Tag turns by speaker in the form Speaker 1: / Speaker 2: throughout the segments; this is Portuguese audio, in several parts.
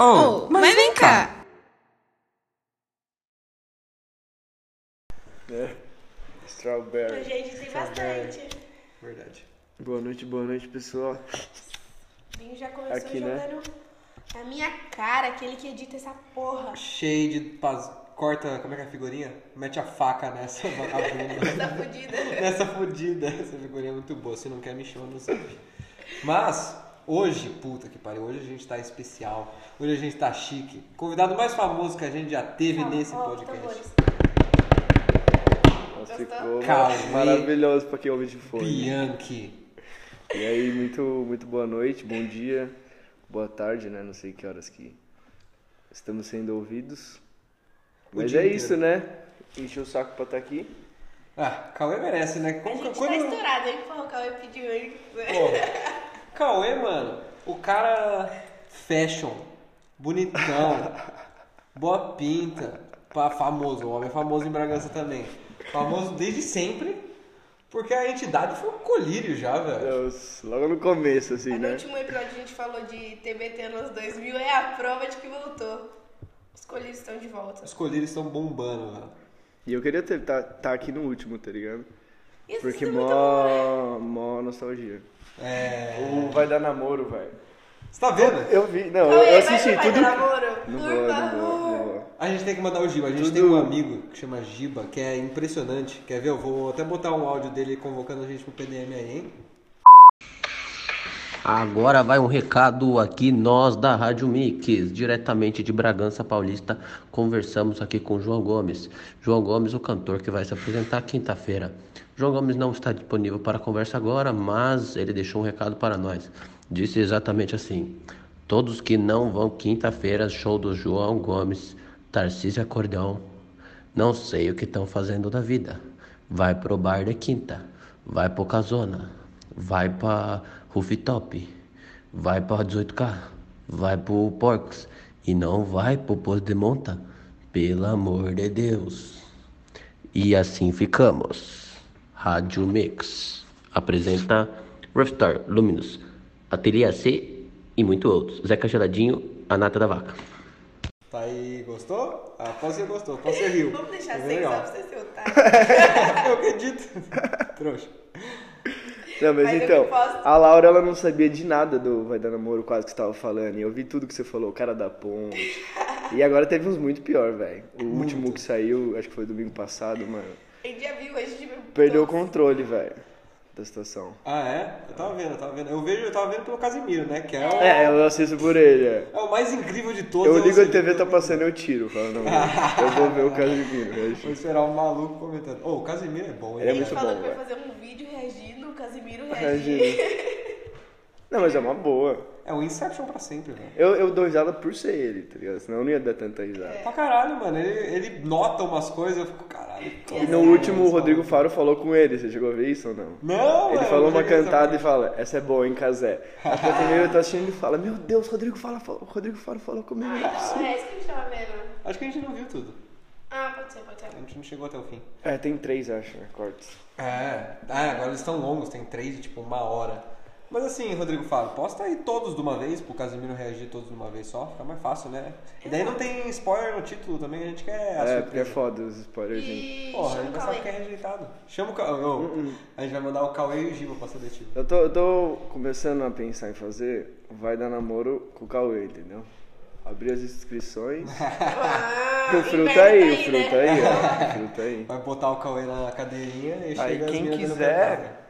Speaker 1: Oh, mas, vem cá.
Speaker 2: né? Strawberry.
Speaker 3: Gente, tem bastante.
Speaker 4: Verdade.
Speaker 2: Boa noite, boa noite, pessoal.
Speaker 3: Vinho já começou
Speaker 2: Aqui, né?
Speaker 3: jogando na minha cara, aquele que edita essa porra.
Speaker 4: Cheio de. paz- Corta, como é que é a figurinha? Mete a faca nessa vagabunda.
Speaker 3: Tá fudida.
Speaker 4: nessa fodida. Essa figurinha é muito boa. Se não quer, me chama no zap. Mas, hoje, puta que pariu, hoje a gente tá especial. Hoje a gente tá chique. Convidado mais famoso que a gente já teve
Speaker 3: Calma,
Speaker 4: nesse
Speaker 3: Tá ó,
Speaker 4: podcast.
Speaker 3: tambores.
Speaker 2: Nossa,
Speaker 3: Gostou?
Speaker 2: ficou
Speaker 4: Calma.
Speaker 2: maravilhoso pra quem ouve de fone.
Speaker 4: Bianchi.
Speaker 2: E aí, muito, muito boa noite, bom dia, boa tarde, né? Não sei que horas que estamos sendo ouvidos.
Speaker 4: O
Speaker 2: Mas
Speaker 4: dia
Speaker 2: é
Speaker 4: inteiro.
Speaker 2: isso, né? Enchi o saco pra estar aqui.
Speaker 4: Ah, Cauê merece, né?
Speaker 3: A
Speaker 4: Como-
Speaker 3: gente tá
Speaker 4: quando-
Speaker 3: estourado, hein? Porra, o Cauê pediu, hein?
Speaker 4: Pô, Cauê, mano, o cara fashion, bonitão, boa pinta, pa- famoso, o homem é famoso em Bragança também. Famoso desde sempre, porque a entidade foi um colírio já, velho.
Speaker 2: Eu- Logo no começo, assim,
Speaker 3: Aí No
Speaker 2: né?
Speaker 3: último episódio a gente falou de TBT anos 2000, é a prova de que voltou. Os colírios estão de volta.
Speaker 4: Os colírios estão bombando, velho.
Speaker 2: E eu queria estar aqui no último, tá ligado?
Speaker 3: Isso
Speaker 2: Porque
Speaker 3: é muito bom,
Speaker 2: mó,
Speaker 3: né?
Speaker 2: mó nostalgia.
Speaker 4: É.
Speaker 2: O Vai Dar Namoro, velho.
Speaker 4: Você tá vendo?
Speaker 2: Eu vi, não, eu,
Speaker 3: Cauê,
Speaker 2: eu assisti
Speaker 3: vai, pro
Speaker 2: tudo.
Speaker 3: Vai dar namoro?
Speaker 2: Não
Speaker 3: Por
Speaker 2: vou, não
Speaker 3: favor.
Speaker 2: vou, não vou.
Speaker 4: A gente tem que mandar o Giba. A gente
Speaker 2: Tudo-
Speaker 4: tem um amigo que chama Giba, que é impressionante. Quer ver? Eu vou até botar um áudio dele convocando a gente pro PDM aí, hein?
Speaker 5: Agora vai um recado aqui, nós da Rádio Mix, diretamente de Bragança Paulista, conversamos aqui com o João Gomes. João Gomes, o cantor que vai se apresentar quinta-feira. João Gomes não está disponível para conversa agora, mas ele deixou um recado para nós. Disse exatamente assim: Todos que não vão quinta-feira, show do João Gomes, Tarcísio Acordão, não sei o que estão fazendo da vida. Vai pro bar de quinta, vai pro casona, vai pra rooftop, vai pra 18K, vai pro Porcos e não vai pro posto de monta, pelo amor de Deus. E assim ficamos. Rádio Mix apresenta Rockstar, Luminous, Ateliê AC e muito outros. Zeca Geladinho, a nata da vaca.
Speaker 4: Tá aí, gostou? Ah, quase você gostou, quase você riu.
Speaker 3: Vamos deixar
Speaker 4: Foi
Speaker 3: sem
Speaker 4: legal.
Speaker 3: só pra você ser otário.
Speaker 4: Eu acredito. Trouxa.
Speaker 2: Não, mas,
Speaker 3: Mas eu
Speaker 2: então,
Speaker 3: que posso.
Speaker 2: a Laura ela não sabia de nada do Vai Dar Namoro quase que você tava falando. E eu vi tudo que você falou, o cara da ponte. e agora teve uns muito pior, velho. O último que saiu, acho que foi domingo passado, mano.
Speaker 3: Ele já viu, a gente viu.
Speaker 2: Perdeu o
Speaker 3: todos.
Speaker 2: controle, velho, da situação.
Speaker 4: Ah, é? Eu tava vendo, eu tava vendo. Eu vejo, eu tava vendo pelo Casimiro, né? Que é o,
Speaker 2: É, eu assisto por ele, é.
Speaker 4: é o mais incrível de todos.
Speaker 2: Eu
Speaker 4: é o
Speaker 2: ligo a
Speaker 4: segundo.
Speaker 2: TV, tá passando, eu tiro. Falo, não, eu vou ver o Casimiro. eu acho.
Speaker 4: Vou esperar um maluco comentando. Ô, o Casimiro é bom,
Speaker 2: Ele é
Speaker 3: A gente
Speaker 2: muito
Speaker 3: falou
Speaker 2: bom,
Speaker 3: que vai
Speaker 2: velho.
Speaker 3: fazer um vídeo reagindo, o Casimiro reagindo.
Speaker 2: Imagina. Não, mas é uma boa.
Speaker 4: É um Inception pra sempre, velho.
Speaker 2: Eu, eu dou risada por ser ele, tá ligado? Senão eu não ia dar tanta
Speaker 3: É.
Speaker 2: risada.
Speaker 4: É Pra caralho, mano. Ele, ele nota umas coisas, eu fico, caralho.
Speaker 2: E no último, o Rodrigo Faro falou com ele. Você chegou a ver isso ou não?
Speaker 4: Não,
Speaker 2: Ele
Speaker 4: mano,
Speaker 2: falou
Speaker 4: eu
Speaker 2: uma
Speaker 4: cheguei a
Speaker 2: cantada e
Speaker 4: saber.
Speaker 2: fala, essa é boa, hein, Casé. A primeira eu tô assistindo e fala, meu Deus, Rodrigo Faro falou, Rodrigo Faro falou comigo.
Speaker 3: É isso que a gente tava vendo.
Speaker 4: Acho que a gente não viu tudo.
Speaker 3: Ah, pode ser, pode ser.
Speaker 4: A gente não chegou até o fim.
Speaker 2: É, tem três, acho, né, cortes.
Speaker 4: É, ah, agora eles estão longos, tem três de tipo uma hora. Mas assim, Rodrigo Faro, posta aí todos de uma vez, pro Casimiro reagir todos de uma vez só, fica mais fácil, né? E daí não tem spoiler no título também, a gente quer a
Speaker 2: É, porque é
Speaker 4: surpresa.
Speaker 2: foda os spoilers, gente.
Speaker 3: E
Speaker 4: Porra, a
Speaker 3: chama
Speaker 4: gente
Speaker 3: o
Speaker 4: vai saber
Speaker 3: Cauê.
Speaker 4: que é rejeitado. Chama o Cauê.
Speaker 2: Hum,
Speaker 4: ô, A gente vai mandar o Cauê e o Giba pra seletivo.
Speaker 2: Eu tô, eu tô começando a pensar em fazer Vai Dar Namoro com o Cauê, entendeu? Abrir as inscrições.
Speaker 3: Ah,
Speaker 2: é? o
Speaker 3: inverno
Speaker 2: fruto é
Speaker 3: tá
Speaker 2: aí, o
Speaker 3: né?
Speaker 2: fruto aí, ó. o Fruto aí.
Speaker 4: Vai botar o Cauê na cadeirinha e chega as
Speaker 2: quem
Speaker 4: meninas dando
Speaker 2: quiser-
Speaker 4: pancada.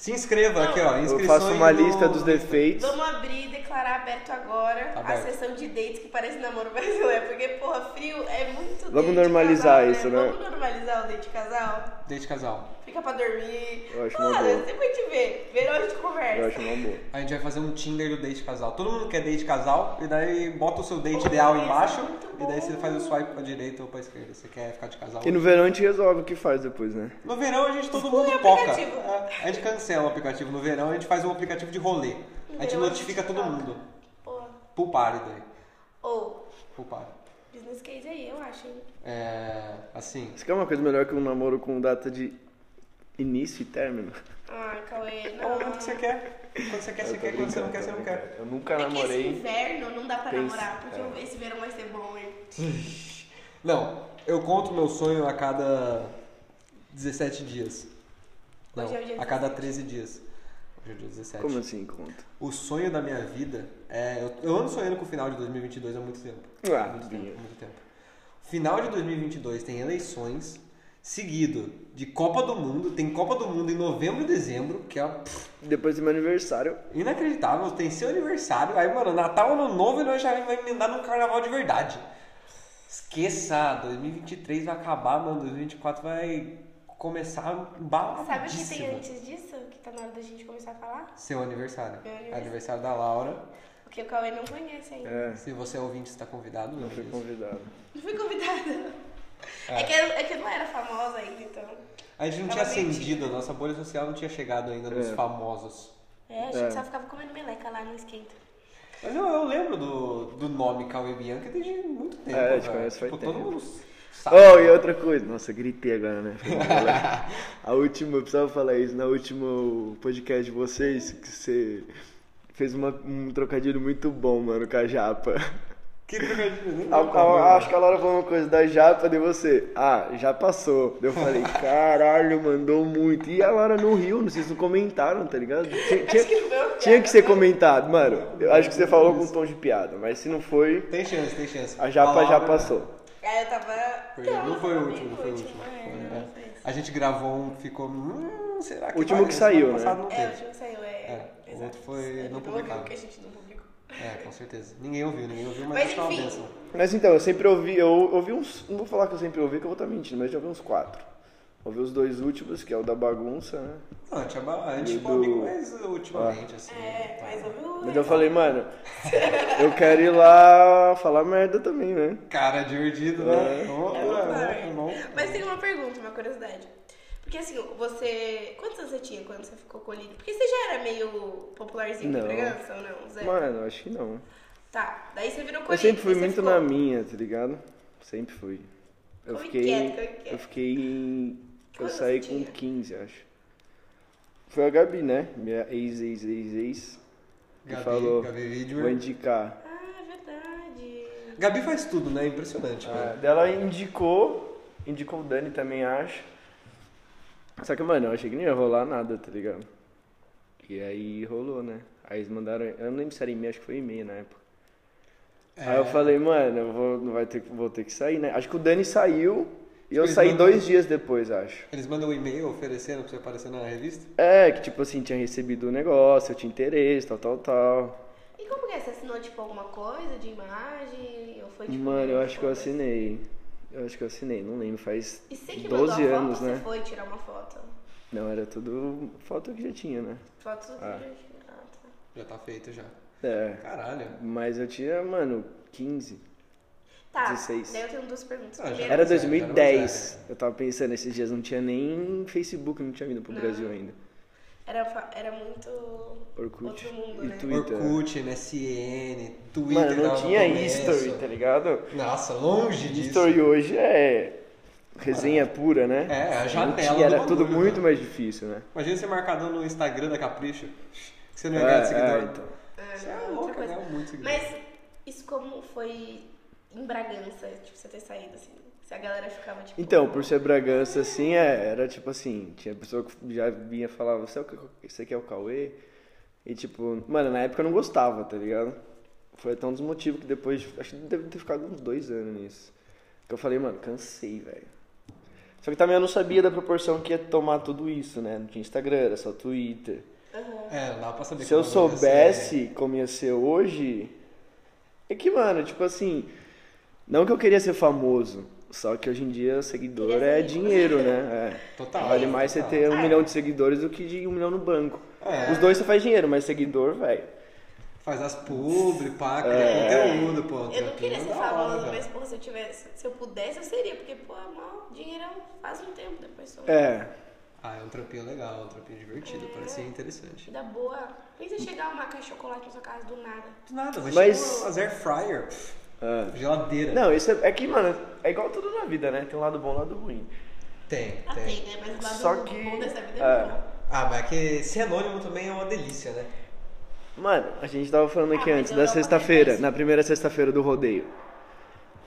Speaker 4: Se inscreva aqui, ó.
Speaker 2: Eu
Speaker 4: Inscrições
Speaker 2: faço uma
Speaker 4: no-
Speaker 2: lista dos defeitos.
Speaker 3: Vamos abrir e declarar aberto agora
Speaker 4: Aberto.
Speaker 3: a sessão de dates que parece namoro brasileiro. Porque, porra, frio é muito
Speaker 2: Vamos
Speaker 3: date
Speaker 2: normalizar
Speaker 3: casal,
Speaker 2: isso, né?
Speaker 3: Vamos normalizar o date casal?
Speaker 4: Date casal.
Speaker 3: Fica pra dormir.
Speaker 2: Eu acho uma
Speaker 3: Porra,
Speaker 2: boa.
Speaker 3: você vai te ver. Verão a gente conversa.
Speaker 2: Eu acho uma boa.
Speaker 4: A gente vai fazer um Tinder do date casal. Todo mundo quer date casal, e daí bota o seu date ideal
Speaker 3: isso é
Speaker 4: embaixo,
Speaker 3: muito
Speaker 4: e daí você
Speaker 3: bom.
Speaker 4: faz o swipe pra direita ou pra esquerda. Você quer ficar de casal?
Speaker 2: E no verão a gente resolve o que faz depois, né?
Speaker 4: No verão a gente todo
Speaker 3: Exclui
Speaker 4: mundo
Speaker 3: o
Speaker 4: poca.
Speaker 3: aplicativo.
Speaker 4: É, A gente cancela o aplicativo. No verão a gente faz um aplicativo de rolê. A gente
Speaker 3: verão a
Speaker 4: notifica
Speaker 3: gente
Speaker 4: todo
Speaker 3: toca.
Speaker 4: mundo.
Speaker 3: Porra.
Speaker 4: Pool party daí.
Speaker 3: Ou,
Speaker 4: Pool party.
Speaker 3: business case aí, eu acho. hein?
Speaker 4: É. Assim.
Speaker 2: Isso que é uma coisa melhor que um namoro com data de Início e término.
Speaker 3: Ah, Cauê,
Speaker 4: É o momento que
Speaker 3: não.
Speaker 4: você quer. Quando você quer, um você quer. Quando você não quer, você não quer.
Speaker 2: Eu nunca
Speaker 3: É que esse
Speaker 2: namorei.
Speaker 3: inverno não dá pra
Speaker 2: Pense- É.
Speaker 3: namorar, porque esse verão vai ser bom, hein?
Speaker 4: Não, eu conto meu sonho a cada 17 dias. Não,
Speaker 3: Hoje é o dia
Speaker 4: a cada 13 dias. Hoje é o dia 17.
Speaker 2: Como assim, conta?
Speaker 4: O sonho da minha vida é. Eu, eu ando sonhando com o final de 2022 há muito tempo.
Speaker 2: Ah,
Speaker 4: muito
Speaker 2: Binho.
Speaker 4: tempo, muito tempo. Final de 2022 tem eleições, seguido de Copa do Mundo. Tem Copa do Mundo em novembro e dezembro, que é pff,
Speaker 2: Depois do meu aniversário,
Speaker 4: inacreditável. Tem seu aniversário. Aí, mano, Natal, Ano Novo e nós já vai emendar no Carnaval de verdade. Esqueça, 2023 vai acabar, mano. 2024 vai começar baladíssimo.
Speaker 3: Sabe o que tem antes disso? Que tá na hora da gente começar a falar?
Speaker 4: Seu aniversário.
Speaker 3: Meu aniversário.
Speaker 4: Aniversário da Laura.
Speaker 3: Porque o Cauê não conhece ainda.
Speaker 2: é,
Speaker 4: Se você é ouvinte, está convidado.
Speaker 2: não
Speaker 4: lembra
Speaker 2: fui
Speaker 4: disso.
Speaker 2: convidado.
Speaker 3: Não fui convidada. É. que, eu- é que eu não era famosa ainda, então.
Speaker 4: A gente não
Speaker 3: Ela
Speaker 4: tinha acendido,
Speaker 3: mentiu.
Speaker 4: a nossa bolha social não tinha chegado ainda nos
Speaker 2: É.
Speaker 4: famosos.
Speaker 3: É, a gente
Speaker 2: É.
Speaker 3: só ficava comendo meleca lá no esquenta.
Speaker 4: Mas eu, eu lembro do, do nome Cauê Bianca desde muito tempo.
Speaker 2: É, a gente
Speaker 4: velho.
Speaker 2: conhece faz
Speaker 4: tipo,
Speaker 2: tempo.
Speaker 4: Todo mundo sabe.
Speaker 2: Oh, e outra coisa. Nossa, gritei agora, né? Foi mal, né? A última, eu precisava falar isso, na última podcast de vocês, que você fez uma- um trocadilho muito bom, mano, com a japa.
Speaker 4: Que trocadilho, nem
Speaker 2: A-
Speaker 4: lembro qual
Speaker 2: a-
Speaker 4: foi,
Speaker 3: né?
Speaker 2: acho que a Laura falou uma coisa da japa de você. Ah, já passou. Daí Eu falei, caralho, mandou muito. E a Laura não riu, vocês não comentaram, tá ligado? Tinha, tinha-
Speaker 3: que foi uma
Speaker 2: tinha que
Speaker 3: piada,
Speaker 2: ser
Speaker 3: né?
Speaker 2: comentado, mano. Eu acho que você falou com um tom de piada, mas se não foi,
Speaker 4: Tem chance, tem chance.
Speaker 2: a japa já
Speaker 3: né?
Speaker 4: Laura-
Speaker 2: passou.
Speaker 3: Aí eu tava.
Speaker 4: Foi-
Speaker 3: Então,
Speaker 4: não foi
Speaker 3: tava
Speaker 4: o
Speaker 3: bem
Speaker 4: último,
Speaker 3: com
Speaker 4: foi o último.
Speaker 3: é,
Speaker 4: Foi,
Speaker 3: não,
Speaker 4: é.
Speaker 3: foi esse.
Speaker 4: A gente gravou um, ficou. Hum, será que.
Speaker 2: Último
Speaker 4: vai?
Speaker 2: que
Speaker 4: Semana
Speaker 2: saiu, né?
Speaker 4: passada não
Speaker 3: É, o
Speaker 4: teve.
Speaker 3: último saiu, é.
Speaker 4: É, o
Speaker 3: exato.
Speaker 4: outro foi
Speaker 3: É,
Speaker 4: não
Speaker 3: não
Speaker 4: publicado.
Speaker 3: ouviu, que a gente não publicou.
Speaker 4: É, com certeza. Ninguém ouviu, ninguém ouviu, mas,
Speaker 3: Mas
Speaker 4: acho que é uma
Speaker 3: enfim.
Speaker 4: bênção.
Speaker 2: Mas então, eu sempre ouvi, eu ouvi uns. Não vou falar que eu sempre ouvi, que eu vou estar mentindo, mas já ouvi uns quatro. Ouvi os dois últimos, que é o da bagunça, né?
Speaker 4: Não, a gente, é ba- a gente
Speaker 2: E
Speaker 4: ficou
Speaker 2: do-
Speaker 4: amigo mais
Speaker 2: Ah.
Speaker 4: ultimamente, assim.
Speaker 3: É, mas ouviu.
Speaker 2: Mas eu falei, mano, eu quero ir lá falar merda também, né?
Speaker 4: Tá. Cara, divertido, né?
Speaker 2: É.
Speaker 4: Vamos lá, vamos- vamos-
Speaker 3: Mas tem uma pergunta, uma curiosidade. Porque assim, você. Quantos anos você tinha quando você ficou colírio? Porque você já era meio popularzinho
Speaker 2: Não.
Speaker 3: de Bragança ou não? Zé?
Speaker 2: Mano, acho que não.
Speaker 3: Tá, daí você virou colírio.
Speaker 2: Eu sempre fui
Speaker 3: daí você
Speaker 2: muito
Speaker 3: ficou-
Speaker 2: na minha, tá ligado? Sempre fui. Eu
Speaker 3: Como
Speaker 2: fiquei.
Speaker 3: que é? Como que é?
Speaker 2: Eu fiquei. em- Eu
Speaker 3: Quantos
Speaker 2: saí com
Speaker 3: tinha?
Speaker 2: 15, acho. Foi a Gabi, né? Minha ex, ex, ex, ex. Que
Speaker 4: Gabi,
Speaker 2: falou.
Speaker 4: Gabi Widmer.
Speaker 2: Vou indicar.
Speaker 3: Ah, é verdade.
Speaker 4: Gabi faz tudo, né? Impressionante,
Speaker 2: Ah,
Speaker 4: cara.
Speaker 2: daí ela indicou. Indicou o Dani também, acho. Só que, mano, eu achei que não ia rolar nada, tá ligado? E aí rolou, né? Aí eles mandaram. Eu não lembro se era e-mail, acho que foi e-mail na época. Aí
Speaker 4: É,
Speaker 2: eu falei, mano, eu vou, não vai ter, que- vou ter que sair, né? Acho que o Dani saiu e eu
Speaker 4: Eles
Speaker 2: saí
Speaker 4: mandam-
Speaker 2: dois dias depois, acho.
Speaker 4: Eles mandam um e-mail oferecendo pra você aparecer na revista?
Speaker 2: É, que tipo assim, tinha recebido o negócio, eu tinha interesse, tal, tal, tal.
Speaker 3: E como que é? Você assinou, tipo, alguma coisa de imagem? Ou foi, tipo,
Speaker 2: Mano, eu acho que eu
Speaker 3: foto?
Speaker 2: assinei. Eu acho que eu assinei, não lembro, faz
Speaker 3: E você que mandou
Speaker 2: 12
Speaker 3: a foto,
Speaker 2: anos,
Speaker 3: você
Speaker 2: né?
Speaker 3: foi tirar uma foto?
Speaker 2: Não, era tudo foto que já tinha, né?
Speaker 3: Foto do
Speaker 2: Ah.
Speaker 3: vídeo? Ah, tá.
Speaker 4: Já tá feito já.
Speaker 2: É.
Speaker 4: Caralho.
Speaker 2: Mas eu tinha, mano, 15.
Speaker 3: Tá,
Speaker 2: 16.
Speaker 3: daí eu tenho duas perguntas.
Speaker 4: Ah, já
Speaker 3: Primeiro,
Speaker 2: Era
Speaker 4: mais velho, já era mais
Speaker 2: 2010. Eu tava pensando esses dias, não tinha nem Facebook, não tinha vindo pro Brasil ainda.
Speaker 3: era, fa- era muito
Speaker 2: Orkut
Speaker 3: outro mundo,
Speaker 2: e
Speaker 3: né?
Speaker 2: Twitter.
Speaker 4: Orkut, MSN, Twitter.
Speaker 2: Mano, não
Speaker 4: tava no
Speaker 2: tinha
Speaker 4: começo.
Speaker 2: history, tá ligado?
Speaker 4: Nossa, longe disso.
Speaker 2: History hoje é resenha pura, né?
Speaker 4: É, a
Speaker 2: Não
Speaker 4: janela.
Speaker 2: tinha, era
Speaker 4: do
Speaker 2: tudo
Speaker 4: bagulho,
Speaker 2: muito
Speaker 4: né?
Speaker 2: mais difícil, né?
Speaker 4: Imagina você marcadão no Instagram da Capricho. que Você não ia
Speaker 2: É,
Speaker 4: ganhar
Speaker 2: é,
Speaker 4: de seguidor.
Speaker 2: então.
Speaker 3: Ah,
Speaker 4: Você é
Speaker 3: outra
Speaker 4: louca,
Speaker 3: coisa.
Speaker 4: né? Muito seguidor.
Speaker 3: Mas isso como foi em Bragança, tipo, você ter saído, assim? Se a galera ficava, tipo...
Speaker 2: Então, por ser Bragança, assim, é, era tipo assim, tinha pessoa que já vinha falar, você, é o, Ca- você que é o Cauê? E tipo, mano, na época eu não gostava, tá ligado? Foi até um dos motivos que depois, acho que deve ter ficado uns dois anos nisso. Que eu falei, mano, cansei, velho. Só que também eu não sabia da proporção que ia tomar tudo isso, né? Não tinha Instagram, era só Twitter.
Speaker 3: Aham.
Speaker 4: É, não dá pra saber
Speaker 2: Se eu
Speaker 4: como vai ser.
Speaker 2: soubesse como ia ser hoje, é que, mano, tipo assim, não que eu queria ser famoso, só que hoje em dia seguidor
Speaker 3: Queria
Speaker 2: é
Speaker 3: ser rico.
Speaker 2: dinheiro, né? É.
Speaker 4: Total.
Speaker 2: Vale mais você
Speaker 4: total.
Speaker 2: ter um milhão de seguidores do que de um milhão no banco.
Speaker 4: É.
Speaker 2: Os dois você faz dinheiro, mas seguidor, velho.
Speaker 4: Faz as publi, pá, cria
Speaker 2: É.
Speaker 4: conteúdo, pô.
Speaker 3: Eu não queria ser famosa,
Speaker 4: mesmo.
Speaker 3: mas, porra, se eu tivesse... Se eu pudesse, eu seria. Porque, pô, mal dinheirão faz um tempo depois. Só.
Speaker 2: É.
Speaker 4: Ah, é um trampinho legal, é um trampinho divertido, parecia interessante.
Speaker 3: Da boa. Pensa em chegar uma caixa de chocolate na sua casa do nada.
Speaker 4: Do nada, vai
Speaker 2: Mas-
Speaker 4: chegar umas air fryer, pff,
Speaker 2: Ah.
Speaker 4: geladeira.
Speaker 2: Não, isso é, é que, mano, é igual tudo na vida, né? Tem um lado bom e um lado ruim.
Speaker 4: Tem,
Speaker 3: Ah,
Speaker 4: tem.
Speaker 3: tem, né? Mas o lado
Speaker 2: Só que-
Speaker 3: bom dessa vida
Speaker 2: é.
Speaker 3: é muito bom.
Speaker 4: Ah, mas é que ser anônimo também é uma delícia, né?
Speaker 2: Mano, a gente tava falando aqui
Speaker 3: Ah, mas
Speaker 2: antes,
Speaker 3: eu
Speaker 2: da
Speaker 3: não
Speaker 2: sexta-feira,
Speaker 3: aguento
Speaker 2: na primeira sexta-feira do rodeio.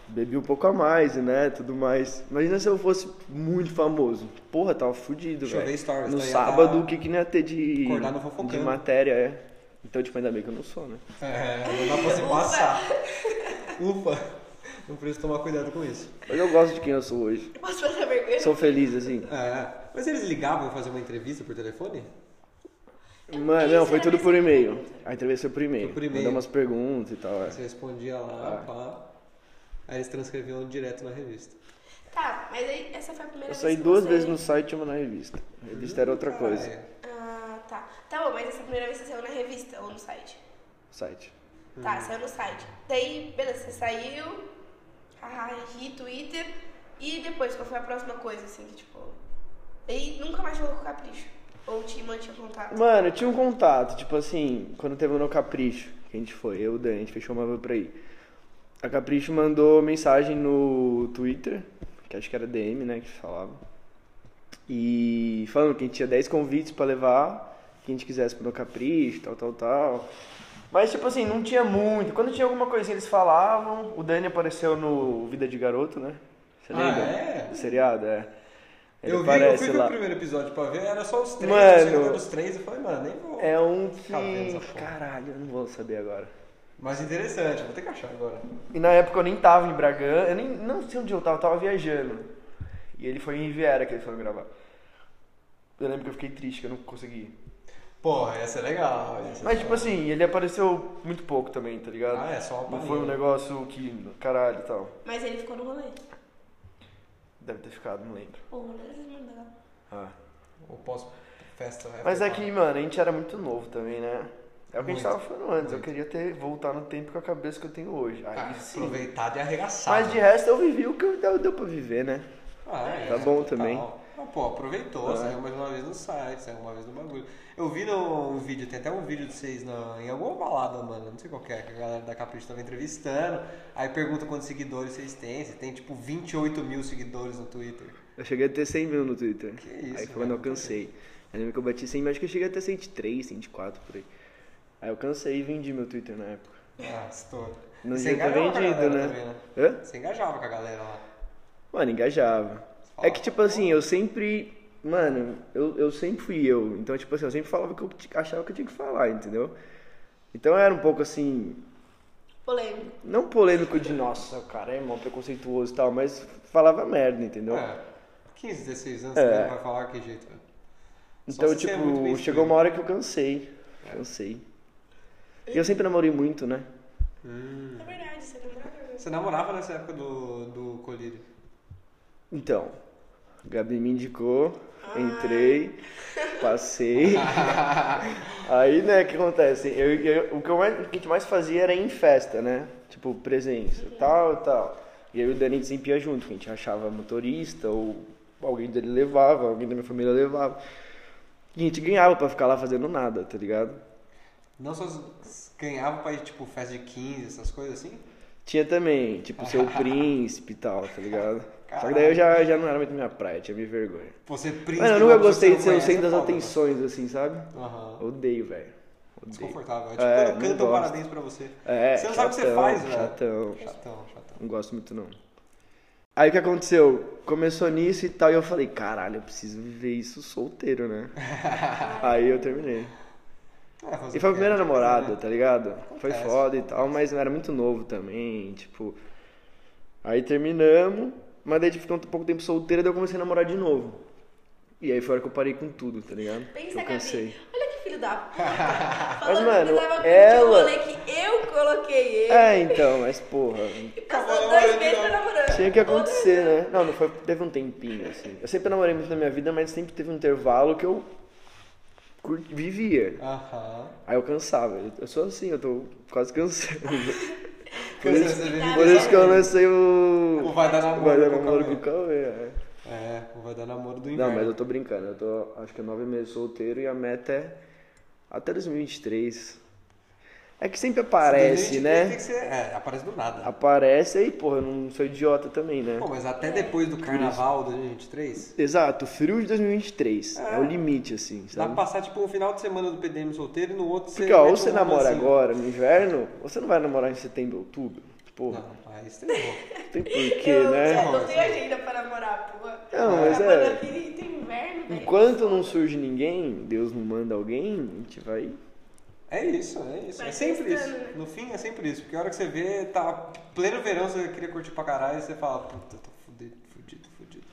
Speaker 2: Bebi um pouco a mais, né? Tudo mais. Imagina se eu fosse muito famoso. Porra, tava fudido,
Speaker 4: Deixa eu ver
Speaker 2: velho.
Speaker 4: stories,
Speaker 2: No
Speaker 4: então ia
Speaker 2: sábado,
Speaker 4: tá-
Speaker 2: o que que não ia ter de,
Speaker 4: Acordar no fofocando.
Speaker 2: de matéria, é. Então, tipo, ainda bem que eu não sou, né?
Speaker 4: É, não dá pra se passar. Ufa. Não precisa tomar cuidado com isso.
Speaker 2: Mas eu gosto de quem eu sou hoje.
Speaker 3: Eu posso fazer a vergonha?
Speaker 2: Sou feliz, assim.
Speaker 4: É, mas eles ligavam pra fazer uma entrevista por telefone?
Speaker 2: Mano, não, foi tudo por e-mail. A entrevista foi por e-mail.
Speaker 4: Foi por e-mail.
Speaker 2: Mandei umas perguntas e tal, é.
Speaker 4: Você respondia lá,
Speaker 2: Ah.
Speaker 4: pá. Aí eles transcreviam direto na revista.
Speaker 3: Tá, mas aí essa foi a primeira
Speaker 2: Eu
Speaker 3: vez
Speaker 2: saí
Speaker 3: que
Speaker 2: duas
Speaker 3: você-
Speaker 2: vezes no site e uma na revista. A revista era outra coisa.
Speaker 4: Caralho.
Speaker 3: Ah, tá. Tá bom, mas essa primeira vez você saiu na revista ou no site?
Speaker 2: Site. Hum.
Speaker 3: Tá, saiu no site. Daí, beleza, você saiu, haha, ri, Twitter. E depois, qual foi a próxima coisa, assim, que tipo. E nunca mais jogou com capricho. Ou te mantinha contato.
Speaker 2: Mano, eu tinha um contato, tipo assim, quando teve o No Capricho, que a gente foi, eu e o Dan, a gente fechou uma van pra ir. A Capricho mandou mensagem no Twitter, que acho que era DM, né, que falava. E falando que a gente tinha 10 convites pra levar, que a gente quisesse pro No Capricho, tal, tal, tal. Mas, tipo assim, não tinha muito. Quando tinha alguma coisinha, eles falavam. O Dani apareceu no Vida de Garoto, né? Você
Speaker 4: Ah,
Speaker 2: lembra?
Speaker 4: é?
Speaker 2: Do seriado, é. Ele
Speaker 4: Eu vi, eu
Speaker 2: aparece
Speaker 4: fui
Speaker 2: lá.
Speaker 4: ver o primeiro episódio pra ver, era só os três,
Speaker 2: Mano.
Speaker 4: eu cheguei nos três e falei, mano, nem vou.
Speaker 2: É um
Speaker 4: Tá vendo
Speaker 2: que.
Speaker 4: essa porra?
Speaker 2: Caralho, eu não vou saber agora.
Speaker 4: Mas interessante, vou ter que achar agora.
Speaker 2: E na época eu nem tava em Bragança, eu nem não sei onde eu tava, eu tava viajando. E ele foi em Riviera que eles foram gravar. Eu lembro que eu fiquei triste, que eu não consegui. ir.
Speaker 4: Porra, essa é legal. Essa
Speaker 2: Mas
Speaker 4: é
Speaker 2: tipo assim, ele apareceu muito pouco também, tá ligado?
Speaker 4: Ah, é só uma
Speaker 2: Não foi um
Speaker 4: palhinha.
Speaker 2: negócio que. Caralho e tal.
Speaker 3: Mas ele ficou no rolê.
Speaker 2: Deve ter ficado, não lembro.
Speaker 3: O rolê é muito legal.
Speaker 2: Ah.
Speaker 4: O pós-festa.
Speaker 2: Mas é
Speaker 4: after
Speaker 2: que, mano, a gente era muito novo também, né? É o que a gente tava
Speaker 4: Muito,
Speaker 2: falando antes. Eu
Speaker 4: muito.
Speaker 2: queria ter voltar no tempo com a cabeça que eu tenho hoje. Aí
Speaker 4: party. Ah,
Speaker 2: sim.
Speaker 4: aproveitar de arregaçar. né?
Speaker 2: Mas de resto eu vivi o que deu, deu pra viver, né?
Speaker 4: Ah, é,
Speaker 2: Tá bom
Speaker 4: total.
Speaker 2: também.
Speaker 4: Ah, pô, aproveitou, saiu mais uma vez no site, saiu uma vez no bagulho. Eu vi no, um vídeo, tem até um vídeo de vocês na, em alguma balada, mano, não sei qual que é, que a galera da Capricho tava entrevistando, aí pergunta quantos seguidores vocês têm, se tem tipo 28 mil seguidores no Twitter.
Speaker 2: Eu cheguei a ter 100 mil no Twitter.
Speaker 4: Que isso,
Speaker 2: Aí foi quando eu
Speaker 4: velho.
Speaker 2: cansei. Eu lembro que eu bati 100 mil, acho que eu cheguei até 103, 104 por aí. Aí eu cansei e vendi meu Twitter na época.
Speaker 4: Ah, estou.
Speaker 2: Não
Speaker 4: E
Speaker 2: devia ter
Speaker 4: engajava com a
Speaker 2: vendido,
Speaker 4: galera
Speaker 2: né?
Speaker 4: também, né?
Speaker 2: Hã?
Speaker 4: Você engajava com a galera lá.
Speaker 2: Mano, engajava. É que tipo assim, eu sempre. Mano, eu, eu sempre fui eu. Então, tipo assim, eu sempre falava o que eu ti- achava que eu tinha que falar, entendeu? Então eu era um pouco assim.
Speaker 3: Polêmico.
Speaker 2: Não polêmico de nossa, o cara é mó preconceituoso e tal, mas falava merda, entendeu?
Speaker 4: É, 15, 16 anos,
Speaker 2: É.
Speaker 4: você cara vai falar que jeito, né? velho. Só
Speaker 2: Então,
Speaker 4: se você é muito bem
Speaker 2: tipo, chegou
Speaker 4: instruído.
Speaker 2: uma hora que eu cansei. Cansei.
Speaker 4: É.
Speaker 2: E eu sempre namorei muito, né? Hum.
Speaker 3: É verdade, você não lembra?
Speaker 4: Você namorava nessa época do, do colírio?
Speaker 2: Então, Gabi me indicou, entrei, passei. Aí, né, o que acontece? Eu, eu- o, que eu mais, o que a gente mais fazia era ir em festa, né? Tipo, presença, tal, tal. E eu e o Dani desempia junto, que a gente achava motorista, ou alguém dele levava, alguém da minha família levava. E a gente ganhava pra ficar lá fazendo nada, tá ligado?
Speaker 4: Não só ganhava pra ir, tipo, festa de 15, essas coisas assim?
Speaker 2: Tinha também, tipo, seu príncipe e tal, tá ligado? Só que
Speaker 4: Caralho.
Speaker 2: daí eu já, já não era muito minha praia, tinha minha vergonha.
Speaker 4: Você é príncipe.
Speaker 2: Mano, eu
Speaker 4: uma
Speaker 2: nunca
Speaker 4: pessoa
Speaker 2: gostei
Speaker 4: que
Speaker 2: de
Speaker 4: você
Speaker 2: ser
Speaker 4: não
Speaker 2: o centro das
Speaker 4: conhece, é
Speaker 2: atenções, assim, sabe?
Speaker 4: você fala, mano. Aham.
Speaker 2: Odeio, velho. Odeio.
Speaker 4: Desconfortável. É tipo
Speaker 2: É,
Speaker 4: quando
Speaker 2: não
Speaker 4: cantam
Speaker 2: gosto.
Speaker 4: parabéns pra você.
Speaker 2: É,
Speaker 4: você não sabe o que você
Speaker 2: chatão,
Speaker 4: faz, velho.
Speaker 2: Chatão, chatão.
Speaker 4: Chatão, chatão.
Speaker 2: Não gosto muito, não. Aí o que aconteceu? Começou nisso e tal, e eu falei, caralho, eu preciso viver isso solteiro, né? Aí eu terminei.
Speaker 4: É, fazer
Speaker 2: E foi a
Speaker 4: o quê?
Speaker 2: primeira namorada,
Speaker 4: Né?
Speaker 2: tá ligado? Foi
Speaker 4: Acontece.
Speaker 2: foda e tal, mas eu era muito novo também, tipo. Aí terminamos, mas daí a gente ficou um pouco tempo solteira, daí eu comecei a namorar de novo. E aí foi a hora que eu parei com tudo, tá ligado? Que
Speaker 3: Pensa,
Speaker 2: eu cansei.
Speaker 3: Gabi. Olha que filho da puta. Falando
Speaker 2: mano,
Speaker 3: que precisava curtir
Speaker 2: ela-
Speaker 3: o rolê que eu coloquei ele.
Speaker 2: É, então, mas porra.
Speaker 3: E
Speaker 4: Acabou
Speaker 3: Passou
Speaker 4: namorando
Speaker 3: dois
Speaker 4: de
Speaker 3: meses
Speaker 4: novo.
Speaker 3: namorando.
Speaker 2: Tinha que acontecer, né? Não, não foi. Teve um tempinho, assim. Eu sempre namorei muito na minha vida, mas sempre teve um intervalo que eu cur- vivia.
Speaker 4: Aham.
Speaker 2: Aí eu cansava. Eu- Eu sou assim, eu tô quase cansando. Por
Speaker 4: Quando
Speaker 2: isso-
Speaker 4: você vive
Speaker 2: Por isso que eu lancei o.
Speaker 4: O Vai Dar né? Namoro
Speaker 2: Vai dar
Speaker 4: com o
Speaker 2: namoro com
Speaker 4: Cauê.
Speaker 2: o Cauê. é.
Speaker 4: É, o vai dar namoro do
Speaker 2: Não,
Speaker 4: inverno.
Speaker 2: mas eu tô brincando. Eu tô, acho que é nove meses solteiro e a meta é até 2023. É que sempre aparece,
Speaker 4: 2023
Speaker 2: né?
Speaker 4: Tem que ser, é, aparece do nada.
Speaker 2: Aparece aí, porra, eu não sou idiota também, né?
Speaker 4: Pô, mas até depois do carnaval 2023,
Speaker 2: Exato, frio de 2023. É, o limite, assim,
Speaker 4: dá pra
Speaker 2: sabe?
Speaker 4: passar tipo um final de semana do PDM solteiro e no outro
Speaker 2: Porque, ó,
Speaker 4: mete
Speaker 2: ou
Speaker 4: um
Speaker 2: você namora
Speaker 4: romancinho.
Speaker 2: agora no inverno, ou você não vai namorar em setembro, outubro. Porra,
Speaker 4: Não, aí você errou.
Speaker 2: não tem porquê,
Speaker 3: eu
Speaker 2: né?
Speaker 3: já não tenho agenda pra namorar, porra.
Speaker 2: Não, mas
Speaker 3: Agora
Speaker 2: é.
Speaker 3: aqui tem inverno, né? velho.
Speaker 2: Enquanto não surge ninguém, Deus não manda alguém, a gente vai.
Speaker 4: É isso, é isso.
Speaker 3: Vai
Speaker 4: é sempre isso.
Speaker 3: testando, né?
Speaker 4: No fim é sempre isso. Porque a hora que você vê, tá pleno verão, você queria curtir pra caralho e você fala, puta, tô fudido, fudido, fudido.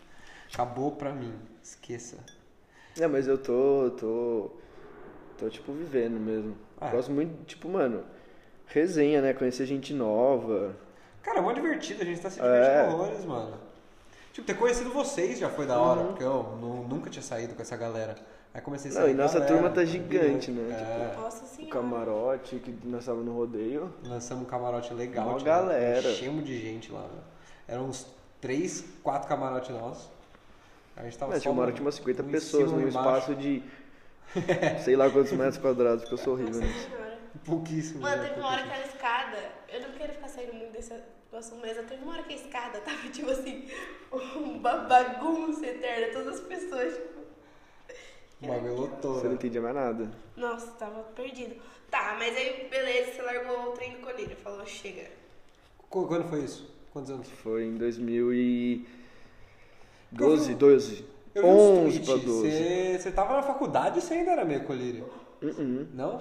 Speaker 4: Acabou pra mim. Esqueça.
Speaker 2: É, mas eu tô. tô. tô, tipo, vivendo mesmo.
Speaker 4: Ah.
Speaker 2: Gosto muito, tipo, mano, resenha, né? Conhecer gente nova.
Speaker 4: Cara, é mó divertido, a gente tá se divertindo
Speaker 2: É.
Speaker 4: horrores, mano. Tipo, ter conhecido vocês já foi da hora, porque eu nu- nunca tinha saído com essa galera. Aí comecei a
Speaker 2: Uhum. Não,
Speaker 4: sair
Speaker 2: e
Speaker 4: com a
Speaker 2: nossa
Speaker 4: galera,
Speaker 2: turma tá
Speaker 4: virou-
Speaker 2: gigante, né?
Speaker 4: É,
Speaker 3: Nossa
Speaker 2: O
Speaker 3: senhora.
Speaker 2: camarote que nós tava no rodeio.
Speaker 4: lançamos um camarote legal.
Speaker 2: Mó
Speaker 4: tipo,
Speaker 2: galera.
Speaker 4: Enchemos de gente lá, velho. Eram uns 3, 4 camarotes nossos. A gente tava
Speaker 2: Não,
Speaker 4: só
Speaker 2: tinha uma hora
Speaker 4: no-
Speaker 2: que tinha umas 50
Speaker 4: um em
Speaker 2: pessoas
Speaker 4: cima, um
Speaker 2: num
Speaker 4: embaixo.
Speaker 2: espaço de sei lá quantos metros quadrados, porque eu sou horrível nisso.
Speaker 4: Pouquíssimo.
Speaker 3: Mano,
Speaker 4: né?
Speaker 3: teve uma hora que
Speaker 4: Pouquíssimo.
Speaker 3: era escada. Eu não quero ficar saindo muito desse assunto, mas teve uma hora que a escada tava tipo assim, uma bagunça eterna, todas as pessoas, tipo.
Speaker 4: O bagulho é lotou,
Speaker 2: Você não
Speaker 4: velho.
Speaker 2: entendia mais nada.
Speaker 3: Nossa, tava perdido. Tá, mas aí beleza, você largou o trem do colírio, falou, chega.
Speaker 4: Qu- Quando foi isso? Quantos anos?
Speaker 2: Foi em 2012,
Speaker 4: Eu vi-
Speaker 2: 12.
Speaker 4: Eu vi uns
Speaker 2: 11
Speaker 4: tweets.
Speaker 2: pra 12.
Speaker 4: Você- Você tava na faculdade e você ainda era meio colírio.
Speaker 2: Uh-uh.
Speaker 4: Não?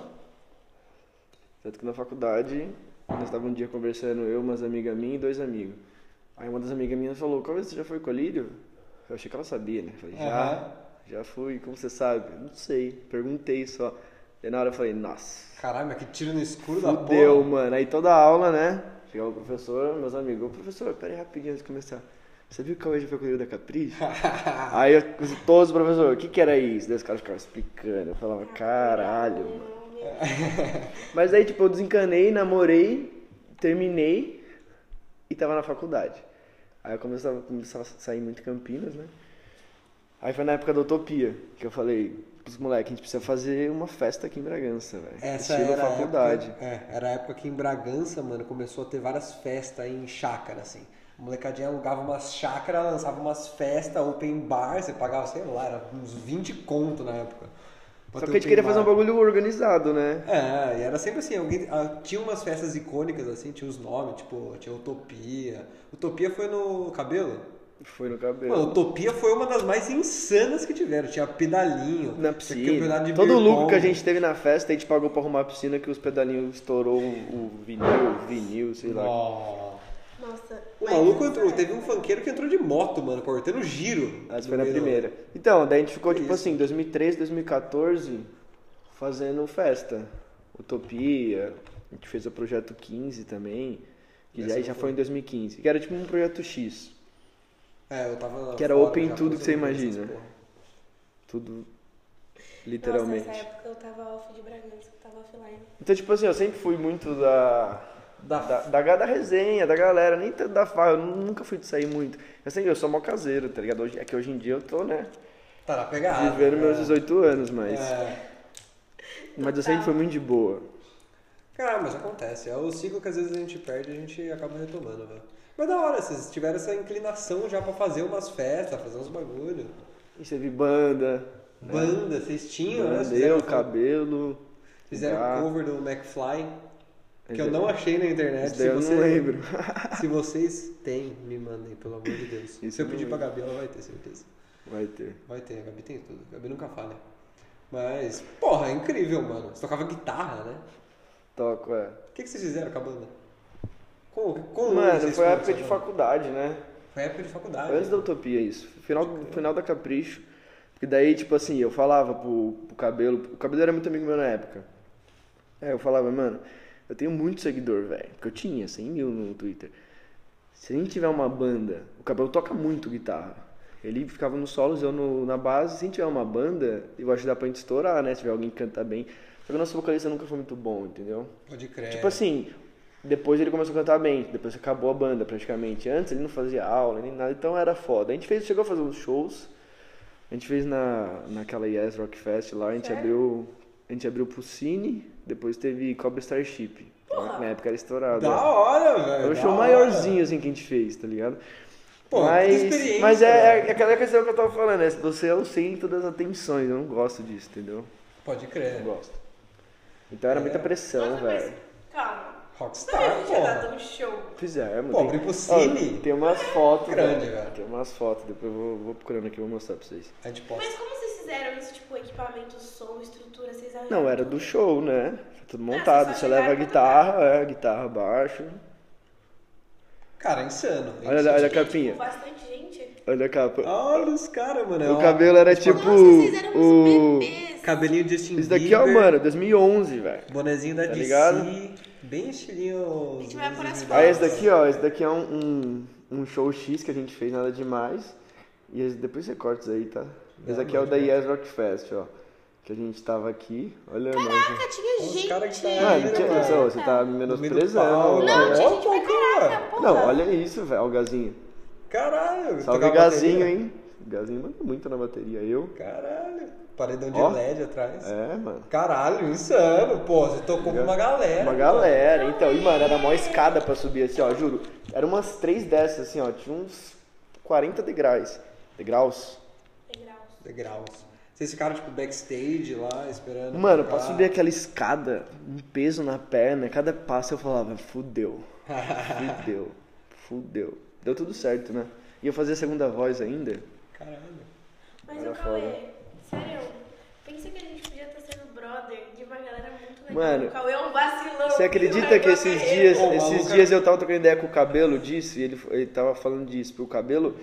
Speaker 2: Tanto que na faculdade, nós estávamos um dia conversando, eu, umas amigas minhas e dois amigos. Aí uma das amigas minhas falou, Calma, você já foi colírio? Eu achei que ela sabia, né? Eu Falei, já,
Speaker 4: Aham.
Speaker 2: já fui, como você sabe? Eu Não sei, perguntei só. Daí na hora eu falei, nossa,
Speaker 4: Caralho, mas que tiro no escuro da porra.
Speaker 2: Fudeu, mano. Aí toda aula, né? Chegava o professor, meus amigos. Ô, professor, pera aí rapidinho antes de começar. Você viu que hoje foi colírio da Capricho? aí eu, todos os professores, o que que era isso? Daí os caras ficavam explicando. Eu falava, caralho, mano.
Speaker 3: né?
Speaker 2: Mas aí, tipo, eu desencanei, namorei, terminei e tava na faculdade. Aí eu começava, começava a sair muito em Campinas, né? Aí foi na época da Utopia que eu falei pros moleques, a gente precisa fazer uma festa aqui em Bragança, velho.
Speaker 4: Essa
Speaker 2: Estilo
Speaker 4: era a
Speaker 2: faculdade.
Speaker 4: Época, é, era a época que em Bragança, mano, começou a ter várias festas em chácara, assim. A molecadinha alugava umas chácara, lançava umas festas, open bar, você pagava, sei lá, era uns 20 conto na época.
Speaker 2: Só que a
Speaker 4: pra ter
Speaker 2: gente
Speaker 4: open
Speaker 2: queria
Speaker 4: bar.
Speaker 2: fazer um bagulho organizado, né?
Speaker 4: É, e era sempre assim, alguém, ah, tinha umas festas icônicas assim, tinha os nomes, tipo, tinha Utopia. Utopia foi no cabelo?
Speaker 2: Foi no cabelo.
Speaker 4: Mano, Utopia foi uma das mais insanas que tiveram. Tinha pedalinho,
Speaker 2: na
Speaker 4: tinha campeonato
Speaker 2: piscina.
Speaker 4: de né?
Speaker 2: Todo
Speaker 4: beer
Speaker 2: o lucro
Speaker 4: pong.
Speaker 2: que a gente teve na festa, a gente pagou pra arrumar a piscina que os pedalinhos estourou o o vinil, vinil, sei lá.
Speaker 4: Nossa.
Speaker 3: Nossa.
Speaker 4: O
Speaker 3: mas-
Speaker 4: maluco entrou, teve um funkeiro que entrou de moto, mano, cortando giro.
Speaker 2: Essa
Speaker 4: No
Speaker 2: foi na
Speaker 4: meio do-
Speaker 2: primeira. Então, daí a gente ficou,
Speaker 4: um. Que
Speaker 2: tipo
Speaker 4: isso?
Speaker 2: assim, 2013, 2014, fazendo festa. Utopia, a gente fez o projeto 15 também, que
Speaker 4: Essa
Speaker 2: aí
Speaker 4: não
Speaker 2: já
Speaker 4: foi.
Speaker 2: foi em 2015. Que era tipo um projeto X.
Speaker 4: É, eu tava.
Speaker 2: Que era
Speaker 4: fora
Speaker 2: open
Speaker 4: já,
Speaker 2: tudo
Speaker 4: mas
Speaker 2: que você
Speaker 4: eu não vi essas
Speaker 2: imagina.
Speaker 4: porra.
Speaker 2: Tudo, literalmente.
Speaker 3: Nossa, nessa época eu tava off de Bragança, eu tava offline.
Speaker 2: Então, tipo assim, eu sempre fui muito da.
Speaker 4: Da-
Speaker 2: Da, da, da resenha, da galera, nem tanto da farra, eu nu- nunca fui de sair muito. Eu sempre, eu sou mó caseiro, tá ligado? Hoje- É que hoje em dia eu tô, né,
Speaker 4: Tá na pegada.
Speaker 2: vivendo meus
Speaker 4: é.
Speaker 2: 18 anos, mas...
Speaker 4: É.
Speaker 2: Mas eu sempre fui muito de boa.
Speaker 4: Cara, mas acontece. É o ciclo que às vezes a gente perde e a gente acaba retomando, velho. Mas da hora, vocês tiveram essa inclinação já pra fazer umas festas, fazer uns bagulho.
Speaker 2: E você vi banda,
Speaker 4: Banda, vocês tinham, né? Vocês
Speaker 2: bandeu, cabelo...
Speaker 4: Fizeram
Speaker 2: bar.
Speaker 4: cover do McFly, que eu
Speaker 2: Ah. Esse-
Speaker 4: não achei na internet.
Speaker 2: Isso daí eu
Speaker 4: É, você-
Speaker 2: não lembro.
Speaker 4: Se vocês têm, me mandem, pelo amor de Deus.
Speaker 2: Isso
Speaker 4: Se eu
Speaker 2: eu
Speaker 4: pedir
Speaker 2: não
Speaker 4: pra Gabi, ela vai ter certeza.
Speaker 2: Vai ter.
Speaker 4: Vai ter, a Gabi tem tudo. A Gabi nunca falha. Mas, porra, é incrível, mano. Você tocava guitarra, né?
Speaker 2: Toco, é.
Speaker 4: O que, que vocês fizeram com a banda? Como, como
Speaker 2: Mano,
Speaker 4: vocês
Speaker 2: foi a época
Speaker 4: começaram?
Speaker 2: de faculdade, né?
Speaker 4: Foi a época de faculdade.
Speaker 2: Antes da Utopia, isso. Final, final da Capricho. Porque daí, tipo assim, eu falava pro, pro cabelo. O cabelo era muito amigo meu na época. Aí eu falava, mano, eu tenho muito seguidor, velho. Porque eu tinha 100 mil no Twitter. Se a gente tiver uma banda. O cabelo toca muito guitarra. Ele ficava nos solos, eu no- na base. Se a gente tiver uma banda, eu vou ajudar pra gente estourar, né? Se tiver alguém que canta bem. Só que o nosso vocalista nunca foi muito bom, entendeu?
Speaker 4: Pode crer.
Speaker 2: Tipo assim, depois ele começou a cantar bem, depois acabou a banda praticamente. Antes ele não fazia aula nem nada, então era foda. A gente fez, chegou a fazer uns shows. A gente fez na, naquela Yes Rock Fest lá, a gente
Speaker 3: Sério?
Speaker 2: abriu. a gente abriu pro Cine, depois teve Cobra Starship. Na época era estourado.
Speaker 4: Da
Speaker 2: é.
Speaker 4: hora, velho.
Speaker 2: Foi o
Speaker 4: da
Speaker 2: show
Speaker 4: hora.
Speaker 2: maiorzinho assim que a gente fez, tá ligado?
Speaker 4: Pô, puta
Speaker 2: mas
Speaker 4: experiência,
Speaker 2: mas é,
Speaker 4: velho.
Speaker 2: é aquela questão que eu tava falando, é você é o centro das atenções, eu não gosto disso, entendeu?
Speaker 4: Pode
Speaker 2: Não
Speaker 4: crer.
Speaker 2: gosto. Então
Speaker 4: É.
Speaker 2: era muita pressão,
Speaker 3: Nossa, mas
Speaker 2: velho. Tá,
Speaker 3: calma. Você
Speaker 4: Rockstar,
Speaker 3: não tinha
Speaker 4: porra.
Speaker 3: dado um show.
Speaker 2: Fizemos.
Speaker 4: Pô, abrir pro Cine?
Speaker 2: Ó, é, tem umas fotos.
Speaker 4: Grande,
Speaker 2: velho.
Speaker 4: velho.
Speaker 2: Tem umas fotos, depois eu vou, vou procurando aqui, eu vou mostrar pra vocês.
Speaker 4: A gente posta.
Speaker 3: Mas como vocês fizeram isso, tipo, equipamento, som, estrutura, vocês arranjaram
Speaker 2: Não, era do show, né? Tá tudo
Speaker 3: você
Speaker 2: montado.
Speaker 3: só
Speaker 2: Você leva a
Speaker 3: ligar e
Speaker 2: guitarra, é, guitarra, baixo.
Speaker 4: Cara, é insano.
Speaker 2: Olha,
Speaker 4: insano.
Speaker 2: olha a
Speaker 3: Tem,
Speaker 2: capinha.
Speaker 3: Tipo, bastante gente.
Speaker 2: Olha a capa.
Speaker 4: Olha os caras, mano. é
Speaker 2: O
Speaker 4: uma-
Speaker 2: cabelo era tipo.
Speaker 3: Nossa, vocês eram
Speaker 2: O...
Speaker 3: uns bebês.
Speaker 4: Cabelinho de Justin
Speaker 2: Isso daqui,
Speaker 4: Bieber.
Speaker 2: ó, mano, 2011, velho.
Speaker 4: Bonezinho da
Speaker 2: Tá
Speaker 4: DC.
Speaker 2: ligado?
Speaker 4: Bem estilinho...
Speaker 3: A gente vai pôr as fotos.
Speaker 2: Aí esse daqui, ó, esse daqui é um, um, um show X que a gente fez, nada demais. E esse- depois você corta isso aí, tá? Esse aqui é o da Yes Rock Fest, ó. Que a gente tava aqui. Olha, mano.
Speaker 3: Caraca, Ah, tinha
Speaker 4: Os
Speaker 3: gente.
Speaker 4: caras que tá
Speaker 2: Ah,
Speaker 4: aí,
Speaker 2: gente,
Speaker 4: mano.
Speaker 2: você, você tá me
Speaker 4: No meio do
Speaker 2: menosprezando.
Speaker 4: pau.
Speaker 3: Não,
Speaker 2: velho.
Speaker 3: tinha
Speaker 4: Ó,
Speaker 3: gente
Speaker 4: pô,
Speaker 3: pra caraca,
Speaker 4: cara.
Speaker 2: é?
Speaker 3: porra.
Speaker 2: Não, olha isso, velho. Ó, o Gazinho.
Speaker 4: Caralho.
Speaker 2: Salve,
Speaker 4: tocar
Speaker 2: Gazinho,
Speaker 4: bateria.
Speaker 2: hein? Gazinho manda muito na bateria. Eu?
Speaker 4: Caralho. Paredão de
Speaker 2: Ó.
Speaker 4: LED atrás.
Speaker 2: É, mano.
Speaker 4: Caralho, insano. Pô, você tocou com uma galera.
Speaker 2: Uma galera, então. E, mano, era mó escada pra subir assim, ó, juro. Era umas três dessas, assim, ó. Tinha uns 40 degraus. Degraus?
Speaker 3: Degraus.
Speaker 4: Degraus. Vocês ficaram, tipo, backstage lá, esperando.
Speaker 2: Mano,
Speaker 4: tocar.
Speaker 2: pra subir aquela escada, um peso na perna, cada passo eu falava, fudeu. Fudeu. Fudeu. Deu tudo certo, né? E eu fazia a segunda voz ainda.
Speaker 4: Caralho.
Speaker 3: Mas
Speaker 2: Era
Speaker 3: o Cauê, sério, pensa que a gente podia estar sendo brother de uma galera muito legal.
Speaker 2: Mano,
Speaker 3: o Cauê é um vacilão.
Speaker 2: Você acredita que esses dias,
Speaker 4: Ô,
Speaker 2: esses
Speaker 4: maluco,
Speaker 2: dias eu tava trocando ideia com o cabelo disso, e ele, ele tava falando disso, porque o cabelo,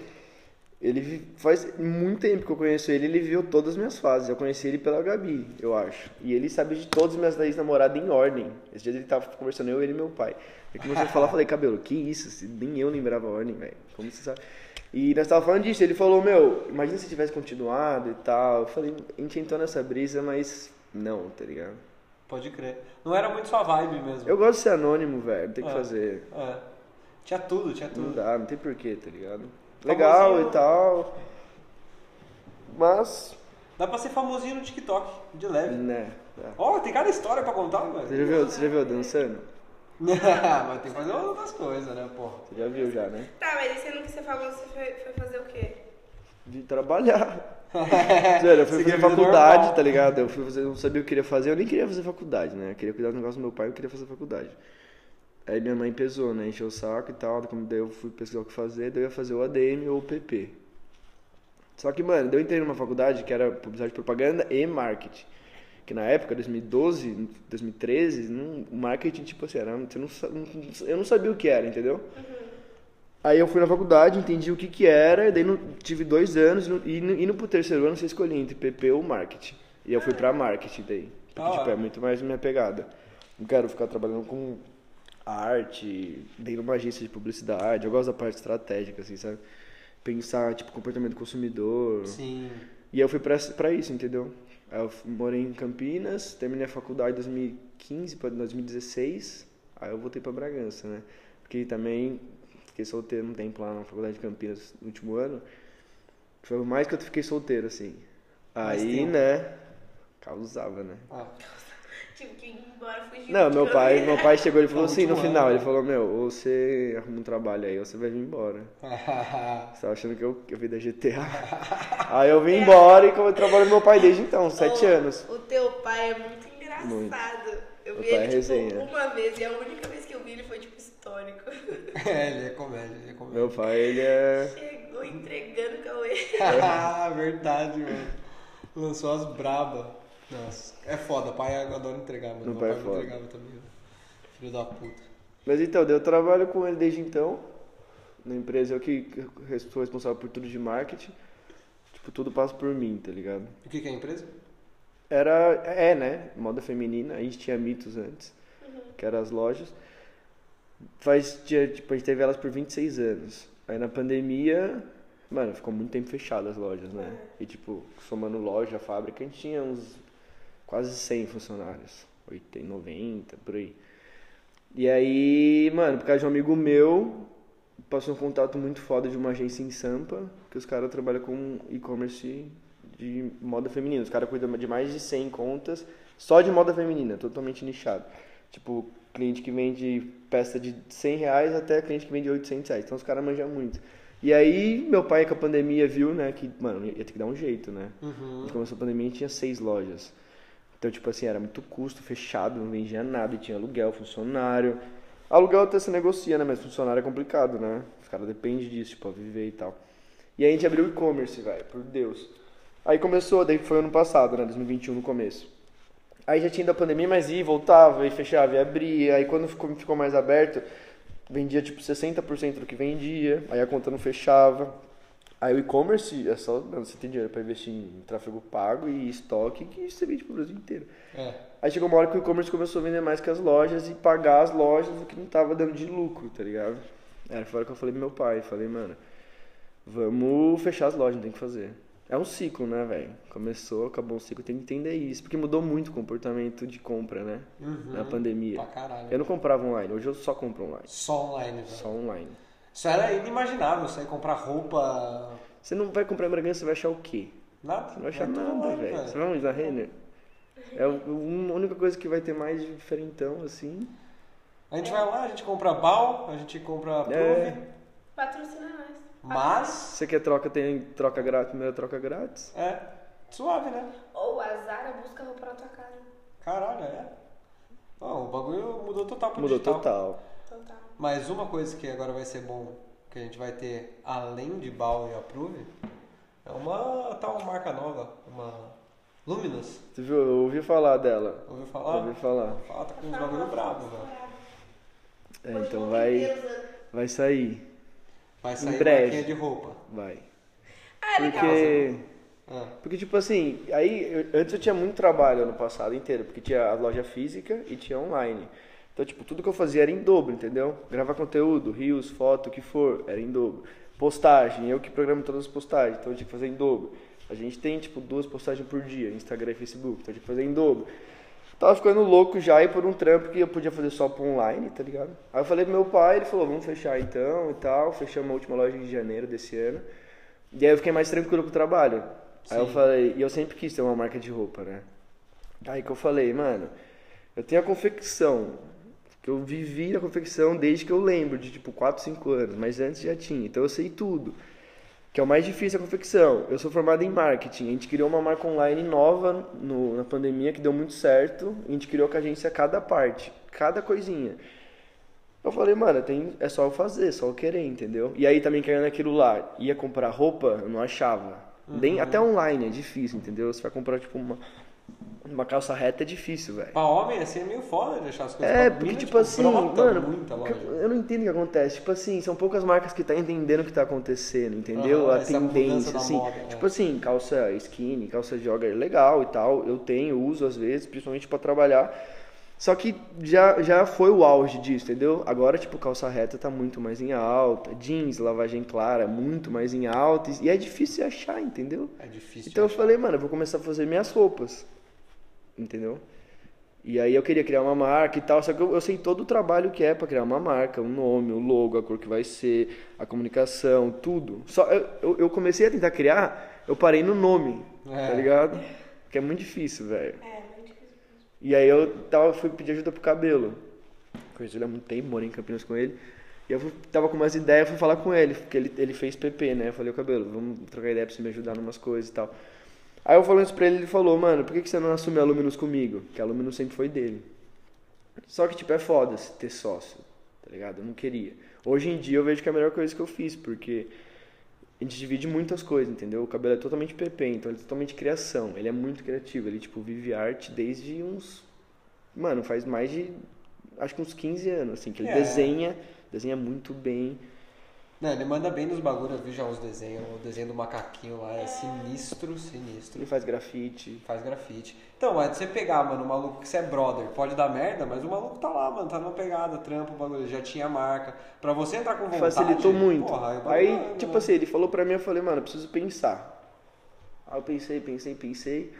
Speaker 2: ele vi- faz muito tempo que eu conheço ele, ele viu todas as minhas fases. Eu conheci ele pela Gabi, eu acho. E ele sabe de todas as minhas ex-namoradas em ordem. Esse dia ele tava conversando, eu, ele e meu pai. Ele começou a falar, eu falei, cabelo, que isso? Se Nem eu lembrava a ordem, velho. Como você sabe? E nós tava falando disso, ele falou, meu, imagina se tivesse continuado e tal. Eu falei, a gente entrou nessa brisa, mas não, tá ligado?
Speaker 4: Pode crer. Não era muito sua vibe mesmo.
Speaker 2: Eu gosto de ser anônimo, velho, não tem o que
Speaker 4: Ah.
Speaker 2: fazer.
Speaker 4: É. Tinha tudo, tinha
Speaker 2: Não
Speaker 4: tudo.
Speaker 2: dá, não tem porquê, tá ligado? Legal e tal. Mas,
Speaker 4: Dá pra ser famosinho no TikTok, de leve.
Speaker 2: né. é.
Speaker 4: Ó, tem cada história pra contar, velho.
Speaker 2: Você já viu, você já viu eu dançando?
Speaker 4: Mas tem que fazer outras coisas, né, porra?
Speaker 2: Você já viu já, né?
Speaker 3: Tá, mas e você nunca você falou, você foi, foi fazer o quê?
Speaker 2: De trabalhar. Sério, eu fui
Speaker 4: Seguir
Speaker 2: fazer
Speaker 4: a vida
Speaker 2: faculdade,
Speaker 4: normal.
Speaker 2: tá ligado? Eu fui fazer, eu não sabia o que eu queria fazer, eu nem queria fazer faculdade, né? Eu queria cuidar do negócio do meu pai, eu queria fazer faculdade. Aí minha mãe pesou, né? Encheu o saco e tal. como Daí eu fui pesquisar o que fazer, daí eu ia fazer o ADM ou o PP. Só que, mano, daí eu entrei numa faculdade que era publicidade e propaganda e marketing. Que na época, 2012, 2013, não, o marketing, tipo assim, era, você não, sa- não- eu não sabia o que era, entendeu? Aí eu fui na faculdade, entendi o que que era, e daí não- tive dois anos, e no- e no- indo pro terceiro ano você escolhia entre PP ou marketing. E eu fui pra marketing daí. Porque,
Speaker 4: Ah,
Speaker 2: tipo,
Speaker 4: é.
Speaker 2: é muito mais minha pegada. Não quero ficar trabalhando com arte, dentro de uma agência de publicidade. Eu gosto da parte estratégica, assim, sabe? Pensar, tipo, comportamento do consumidor.
Speaker 4: Sim.
Speaker 2: E eu fui pra, pra isso, entendeu? Aí eu f- morei em Campinas, terminei a faculdade em 2015 pra 2016, aí eu voltei pra Bragança, né? Porque também fiquei solteiro um tempo lá na faculdade de Campinas no último ano. Foi o mais que eu fiquei solteiro, assim.
Speaker 4: Mais
Speaker 2: Aí,
Speaker 4: tempo.
Speaker 2: né? Causava, né?
Speaker 4: Ah,
Speaker 3: Tive que ir embora, fugir.
Speaker 2: Não,
Speaker 3: do
Speaker 2: meu
Speaker 3: Cauê.
Speaker 2: pai, é
Speaker 4: né?
Speaker 2: meu pai chegou e falou
Speaker 4: No
Speaker 2: assim no
Speaker 4: último
Speaker 2: final,
Speaker 4: ano.
Speaker 2: ele falou, meu, ou você arruma um trabalho aí, ou você vai vir embora. Você tava achando que eu, que eu vim da GTA. Aí eu vim embora e como eu trabalho com meu pai desde então, sete
Speaker 3: Ô,
Speaker 2: anos.
Speaker 3: O teu pai é muito engraçado. Eu
Speaker 2: Meu
Speaker 3: vi
Speaker 2: pai é
Speaker 3: ele, tipo,
Speaker 2: resenha.
Speaker 3: uma vez, e a única vez que eu vi ele foi, tipo, histórico.
Speaker 4: é, ele é comédia, ele é comédia.
Speaker 2: Meu pai, ele é.
Speaker 3: Chegou entregando o Cauê.
Speaker 4: Ah, Verdade, mano. Lançou as braba. Nossa, é foda. Pai adora entregar, mano.
Speaker 2: Meu
Speaker 4: Meu
Speaker 2: pai
Speaker 4: pai
Speaker 2: é
Speaker 4: me
Speaker 2: foda.
Speaker 4: entregava também. né? Filho da puta.
Speaker 2: Mas então, eu trabalho com ele desde então. Na empresa eu que que sou responsável por tudo de marketing. Tipo, tudo passa por mim, tá ligado?
Speaker 4: O que, que é a empresa?
Speaker 2: Era. É, né? Moda feminina, a gente tinha mitos antes, que eram as lojas. Faz. tinha- Tipo, a gente teve elas por 26 anos. Aí na pandemia. Mano, ficou muito tempo fechado as lojas, né? E tipo, somando loja, fábrica, a gente tinha uns quase 100 funcionários. 80, 90, por aí. E aí, mano, por causa de um amigo meu, passou um contato muito foda de uma agência em Sampa, que os caras trabalham com e-commerce de moda feminina. Os caras cuidam de mais de 100 contas Só de moda feminina, totalmente nichado. Tipo, cliente que vende peça de 100 reais até cliente que vende 800 reais. Então os caras manjam muito. E aí, meu pai com a pandemia viu, né, que, mano, ia ter que dar um jeito, né? Quando Começou a pandemia e tinha seis lojas. Então, tipo assim, era muito custo, fechado, não vendia nada, e tinha aluguel, funcionário. Aluguel até se negocia, né? Mas funcionário é complicado, né? Os caras dependem disso, tipo, pra viver e tal. E aí a gente abriu o e-commerce, velho, por Deus. Aí começou, daí foi ano passado, né? 2021 no começo. Aí já tinha ido a pandemia, mas ia, e voltava, e fechava, e abria. Aí quando ficou, ficou mais aberto, vendia tipo 60% do que vendia, aí a conta não fechava. Aí o e-commerce é só, mano, você tem dinheiro pra investir em tráfego pago e estoque que você vende pro Brasil inteiro.
Speaker 4: É.
Speaker 2: Aí chegou uma hora que o e-commerce começou a vender mais que as lojas e pagar as lojas o que não tava dando de lucro, tá ligado? Era fora que eu falei pro meu pai, falei, mano, vamos fechar as lojas, não tem o que fazer. É um ciclo, né, velho? Começou, acabou o ciclo, tem que entender isso, porque mudou muito o comportamento de compra, né?
Speaker 4: Uhum.
Speaker 2: Na pandemia.
Speaker 4: Pra caralho.
Speaker 2: Eu não comprava online, hoje eu só compro online.
Speaker 4: Só online, velho.
Speaker 2: Só online.
Speaker 4: Isso era inimaginável, sair comprar roupa.
Speaker 2: Você não vai comprar em Bragança, você vai achar o quê?
Speaker 4: Nada.
Speaker 2: Você não vai achar
Speaker 4: É tudo né,
Speaker 2: nada,
Speaker 4: online,
Speaker 2: velho. Você vai onde? Na Renner? É o- o- a única coisa que vai ter mais de diferentão, assim.
Speaker 4: A gente vai lá, a gente compra bal, a gente compra prove,
Speaker 2: É.
Speaker 3: Patrocina nós.
Speaker 4: mas
Speaker 2: Você quer troca, tem troca grátis, primeira troca grátis.
Speaker 4: é suave, né?
Speaker 3: Ou a Zara busca roupa na tua casa.
Speaker 4: Caralho, é. Bom, o bagulho mudou total pro
Speaker 2: Mudou
Speaker 4: digital.
Speaker 2: total.
Speaker 3: Total.
Speaker 4: Mas uma coisa que agora vai ser bom, que a gente vai ter além de Bal e Approve, é uma tal marca nova, uma Luminous.
Speaker 2: Você viu? Eu ouvi falar dela.
Speaker 4: Ouviu falar?
Speaker 2: Ouvi falar.
Speaker 4: Fala, tá com uns bagulho brabo, velho.
Speaker 2: É, então vai, vai sair.
Speaker 4: Vai sair
Speaker 2: breve.
Speaker 4: marquinha de roupa.
Speaker 2: Vai.
Speaker 3: Ah, é legal.
Speaker 2: Porque.
Speaker 4: Ah,
Speaker 2: Porque, tipo assim, aí eu- antes eu tinha muito trabalho ano passado inteiro, porque tinha a loja física e tinha online. Então, tipo, tudo que eu fazia era em dobro, entendeu? Gravar conteúdo, rios, foto, o que for, era em dobro. Postagem, eu que programo todas as postagens, então eu tinha que fazer em dobro. A gente tem, tipo, duas postagens por dia, Instagram e Facebook, então eu tinha que fazer em dobro. Tava ficando louco já e por um trampo que eu podia fazer só pro online, tá ligado? Aí eu falei pro meu pai, ele falou, vamos fechar então e tal. Fechamos a última loja em janeiro desse ano. E aí eu fiquei mais tranquilo com o trabalho. Aí eu falei, e eu sempre quis ter uma marca de roupa, né? Aí que eu falei, mano, eu tenho a confecção. Que eu vivi a confecção desde que eu lembro, de tipo 4, 5 anos, mas antes já tinha, então eu sei tudo. Que é o mais difícil a confecção. Eu sou formado em marketing. A gente criou uma marca online nova no- na pandemia que deu muito certo. A gente criou com a agência cada parte, cada coisinha. Eu falei, mano, tem, é só eu fazer, só eu querer, entendeu? E aí também caiu naquilo lá. Ia comprar roupa, eu não achava. Nem, até online é difícil, entendeu? Você vai comprar, tipo, uma, uma calça reta é difícil, velho.
Speaker 4: pra homem, assim, é meio foda de achar as coisas.
Speaker 2: É,
Speaker 4: pra
Speaker 2: porque
Speaker 4: mina,
Speaker 2: tipo assim,
Speaker 4: brota
Speaker 2: mano,
Speaker 4: muita loja.
Speaker 2: eu não entendo o que acontece. Tipo assim, são poucas marcas que tá entendendo o que tá acontecendo, entendeu?
Speaker 4: Aham,
Speaker 2: a
Speaker 4: essa mudança
Speaker 2: tendência,
Speaker 4: da
Speaker 2: assim.
Speaker 4: moda, né?
Speaker 2: Tipo assim, calça skinny, calça jogger legal e tal. Eu tenho, uso às vezes, principalmente pra trabalhar. Só que já, já foi o auge disso, entendeu? Agora, tipo, calça reta tá muito mais em alta, jeans, lavagem clara, muito mais em alta. E é difícil achar, entendeu?
Speaker 4: É difícil.
Speaker 2: Então eu falei, mano, eu vou começar a fazer minhas roupas. Entendeu? E aí eu queria criar uma marca e tal, só que eu, eu sei todo o trabalho que é pra criar uma marca, o nome, o logo, a cor que vai ser, a comunicação, tudo. Só eu, eu, eu comecei a tentar criar, eu parei no nome,
Speaker 4: É.
Speaker 2: tá ligado? Que é muito difícil, velho.
Speaker 3: É, muito difícil.
Speaker 2: E aí eu tava, fui pedir ajuda pro cabelo. Conheci ele há muito tempo, morei em Campinas com ele. E eu fui- tava com umas ideias, fui falar com ele, porque ele, ele fez PP, né? Eu falei, ô cabelo, vamos trocar ideia pra você me ajudar em umas coisas e tal. Aí eu falando isso pra ele, ele falou, mano, por que, que você não assume a Luminous comigo? Que a Luminous sempre foi dele. Só que, tipo, é foda se ter sócio, tá ligado? Eu não queria. Hoje em dia eu vejo que é a melhor coisa que eu fiz, porque a gente divide muitas coisas, entendeu? O cabelo é totalmente PP, então ele é totalmente criação. Ele é muito criativo, ele, tipo, vive arte desde uns. Mano, faz mais de. Acho que uns 15 anos, assim, que ele
Speaker 4: É.
Speaker 2: desenha, desenha muito bem.
Speaker 4: Não, ele manda bem nos bagulhos, eu vi já os desenhos. O desenho do macaquinho lá é sinistro, sinistro.
Speaker 2: Ele faz grafite.
Speaker 4: Faz grafite. Então, é de você pegar, mano, o maluco que você é brother, pode dar merda, mas o maluco tá lá, mano, tá numa pegada, trampa, o bagulho, já tinha a marca. Pra você entrar com vontade.
Speaker 2: Facilitou muito.
Speaker 4: Porra, o bagulho
Speaker 2: aí,
Speaker 4: é,
Speaker 2: tipo
Speaker 4: mano.
Speaker 2: assim, ele falou pra mim, eu falei, mano, eu preciso pensar. Aí eu pensei, pensei, pensei.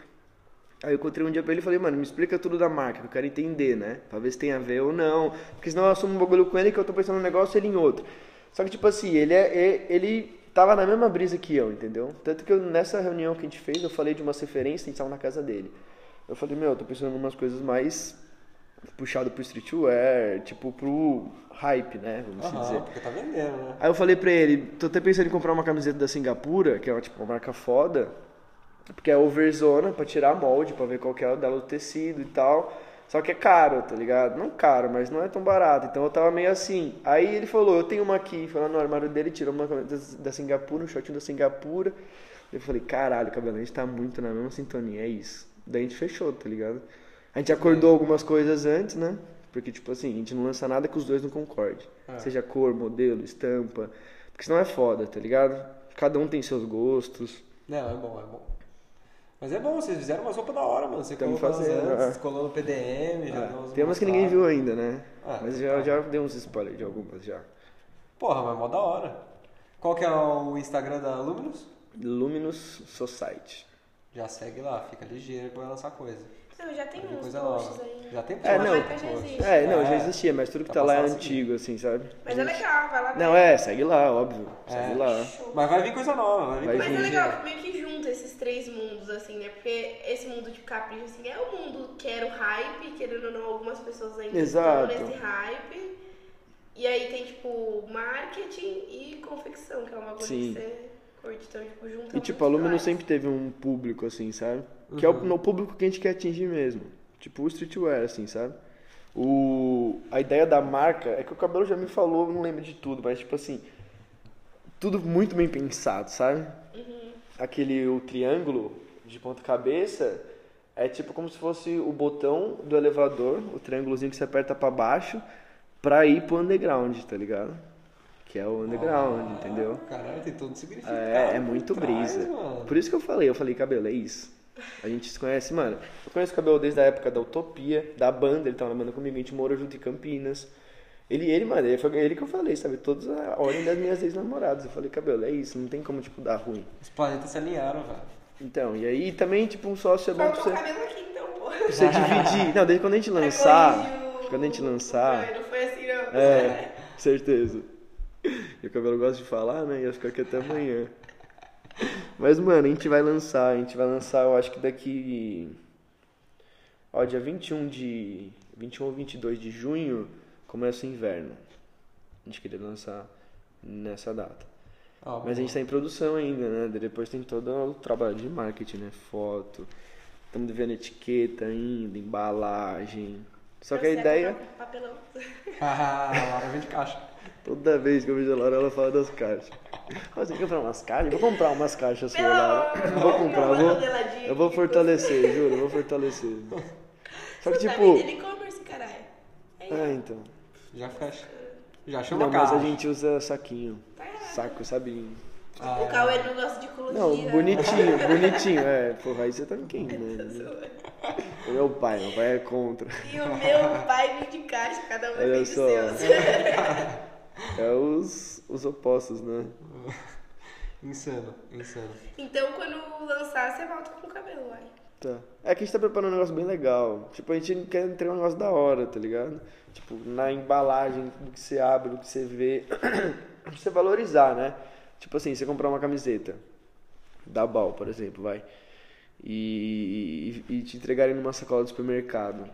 Speaker 2: Aí eu encontrei um dia pra ele e falei, mano, me explica tudo da marca, que eu quero entender, né? Pra ver se tem a ver ou não. Porque senão eu assumo um bagulho com ele que eu tô pensando num negócio e ele em outro. Só que, tipo assim, ele é. é- Ele tava na mesma brisa que eu, entendeu? Tanto que eu, nessa reunião que a gente fez, eu falei de umas referências, a gente tava na casa dele. Eu falei, meu, eu tô pensando em umas coisas mais puxado pro streetwear, tipo pro hype, né? Vamos assim
Speaker 4: Aham,
Speaker 2: dizer.
Speaker 4: porque tá vendendo, né?
Speaker 2: Aí eu falei pra ele, tô até pensando em comprar uma camiseta da Singapura, que é uma, tipo, uma marca foda, porque é overzona pra tirar molde, pra ver qual que é o dela o tecido e tal. Só que é caro, tá ligado? Não caro, mas não é tão barato. Então eu tava meio assim. Aí ele falou, eu tenho uma aqui. Foi lá no armário dele, tirou uma camiseta da Singapura, um shortinho da Singapura. Eu falei, caralho, cabelo, a gente tá muito na mesma sintonia, é isso. Daí a gente fechou, tá ligado? A gente acordou algumas coisas antes, né? Porque, tipo assim, a gente não lança nada que os dois não concorde.
Speaker 4: É.
Speaker 2: Seja cor, modelo, estampa. Porque senão é foda, tá ligado? Cada um tem seus gostos.
Speaker 4: Não, é bom, é bom. Mas é bom, vocês fizeram uma sopa da hora, mano. Você
Speaker 2: Tamo
Speaker 4: colocou fazendo,
Speaker 2: fazendo,
Speaker 4: antes,
Speaker 2: é.
Speaker 4: colou no PDM, já deu
Speaker 2: Ah,
Speaker 4: umas
Speaker 2: tem umas que ninguém
Speaker 4: mostradas.
Speaker 2: viu ainda, né?
Speaker 4: Ah,
Speaker 2: Mas
Speaker 4: tá.
Speaker 2: já, já dei uns spoilers de algumas já.
Speaker 4: Porra, mas é mó da hora. Qual que é o Instagram da Luminous?
Speaker 2: Luminous Society.
Speaker 4: Já segue lá, fica ligeiro que vai lançar coisa.
Speaker 3: Não, já tem
Speaker 4: Vai vir
Speaker 3: uns
Speaker 4: coisa
Speaker 3: posts
Speaker 4: nova.
Speaker 3: aí.
Speaker 4: Já tem
Speaker 2: É, não.
Speaker 4: post,
Speaker 2: A
Speaker 4: tem
Speaker 3: marca Tipo, já
Speaker 4: post.
Speaker 3: existe.
Speaker 2: É, não,
Speaker 4: É.
Speaker 2: já existia, mas tudo que
Speaker 4: Tá
Speaker 2: tá lá é
Speaker 4: passado a seguir.
Speaker 2: antigo, assim, sabe?
Speaker 3: Mas é
Speaker 2: Gente-
Speaker 3: legal, vai lá.
Speaker 2: Não, é, segue lá, óbvio. Segue
Speaker 4: É.
Speaker 2: lá.
Speaker 3: Show.
Speaker 4: Mas vai vir coisa nova, vai vir
Speaker 2: Vai
Speaker 4: coisa
Speaker 3: Mas é
Speaker 2: vir.
Speaker 4: ligeira.
Speaker 3: legal, meio que junta esses três mundos, assim, né? Porque esse mundo de capricho, assim, é o mundo que era o hype, querendo ou não, algumas pessoas ainda
Speaker 2: Exato.
Speaker 3: estão nesse hype. E aí tem, tipo, marketing e confecção, que é uma coisa
Speaker 2: Sim.
Speaker 3: que você curte. Então, tipo, junta
Speaker 2: E tipo,
Speaker 3: muitos
Speaker 2: aluno
Speaker 3: lados.
Speaker 2: sempre teve um público, assim, sabe? Que é o, no público que a gente quer atingir mesmo. Tipo o streetwear, assim, sabe? O, a ideia da marca é que o cabelo já me falou, eu não lembro de tudo, mas tipo assim, tudo muito bem pensado, sabe? Aquele o triângulo de ponta cabeça é tipo como se fosse o botão do elevador, o triângulozinho que você aperta pra baixo pra ir pro underground, tá ligado? Que é o underground, entendeu?
Speaker 4: Caralho, tem todo um significado.
Speaker 2: É, é
Speaker 4: por
Speaker 2: muito
Speaker 4: trás,
Speaker 2: brisa.
Speaker 4: mano.
Speaker 2: Por isso que eu falei, eu falei, cabelo, é isso. A gente se conhece, mano. Eu conheço o cabelo desde a época da Utopia, da banda, ele tava na banda comigo, a gente morou junto em Campinas. Ele, ele, mano, ele, foi ele que eu falei, sabe? Todas a ordem das minhas ex-namoradas. Eu falei, cabelo, é isso, não tem como, tipo, dar ruim.
Speaker 4: Os planetas se alinharam, velho.
Speaker 2: Então, e aí também, tipo, um sócio é bom pra você,
Speaker 3: Falta o cabelo aqui, então, pô.
Speaker 2: pra você dividir. Não, desde quando a gente lançar. Quando a gente lançar.
Speaker 3: Não, não foi assim, não.
Speaker 2: É, certeza. E o cabelo gosta de falar, né? Ia ficar aqui até amanhã. Mas, mano, a gente vai lançar. A gente vai lançar, eu acho que daqui. Ó, dia 21 de. 21 ou 22 de junho começa o inverno. A gente queria lançar nessa data.
Speaker 4: Ó,
Speaker 2: Mas a gente tá em produção ainda, né? Daí Depois tem todo o trabalho de marketing, né? Foto. Estamos devendo etiqueta ainda, embalagem. Só que a
Speaker 3: Trouxe
Speaker 2: ideia.
Speaker 3: Papelão.
Speaker 4: Ah, Laura vem de caixa.
Speaker 2: Toda vez que eu vejo a Laura, ela fala das caixas. Mas tem que comprar umas caixas? Vou comprar umas caixas suas,
Speaker 3: Pelo
Speaker 2: Laura.
Speaker 3: amor de
Speaker 2: Vou
Speaker 3: Deus,
Speaker 2: comprar,
Speaker 3: uma
Speaker 2: vou,
Speaker 3: modeladinha
Speaker 2: eu vou
Speaker 3: que
Speaker 2: fortalecer, juro, eu vou fortalecer. Só que
Speaker 3: Você tá
Speaker 2: tipo.
Speaker 3: vendendo e-commerce, caralho. É
Speaker 2: É,
Speaker 3: isso.
Speaker 2: então.
Speaker 4: Já fecha. Já chama
Speaker 2: Não,
Speaker 4: a caixa.
Speaker 2: mas a gente usa saquinho.
Speaker 3: Tá errado.
Speaker 2: Saco, sabe?
Speaker 4: Ah,
Speaker 3: O Cauê não gosta de ecologia.
Speaker 2: Não, bonitinho, bonitinho. É, porra, aí você tá me queimando. O meu pai, meu pai é contra.
Speaker 3: E o meu pai vem de caixa, cada um
Speaker 2: Olha
Speaker 3: vem de
Speaker 2: só.
Speaker 3: seus.
Speaker 2: É os, os opostos, né?
Speaker 4: Insano, insano.
Speaker 3: Então quando lançar, você volta com o cabelo, uai.
Speaker 2: Tá. É que a gente tá preparando um negócio bem legal. Tipo, a gente quer entregar um negócio da hora, tá ligado? Tipo, na embalagem, do que você abre, do que você vê. pra você valorizar, né? Tipo assim, você comprar uma camiseta da Bal, por exemplo, vai. E, e, e te entregarem numa sacola do supermercado.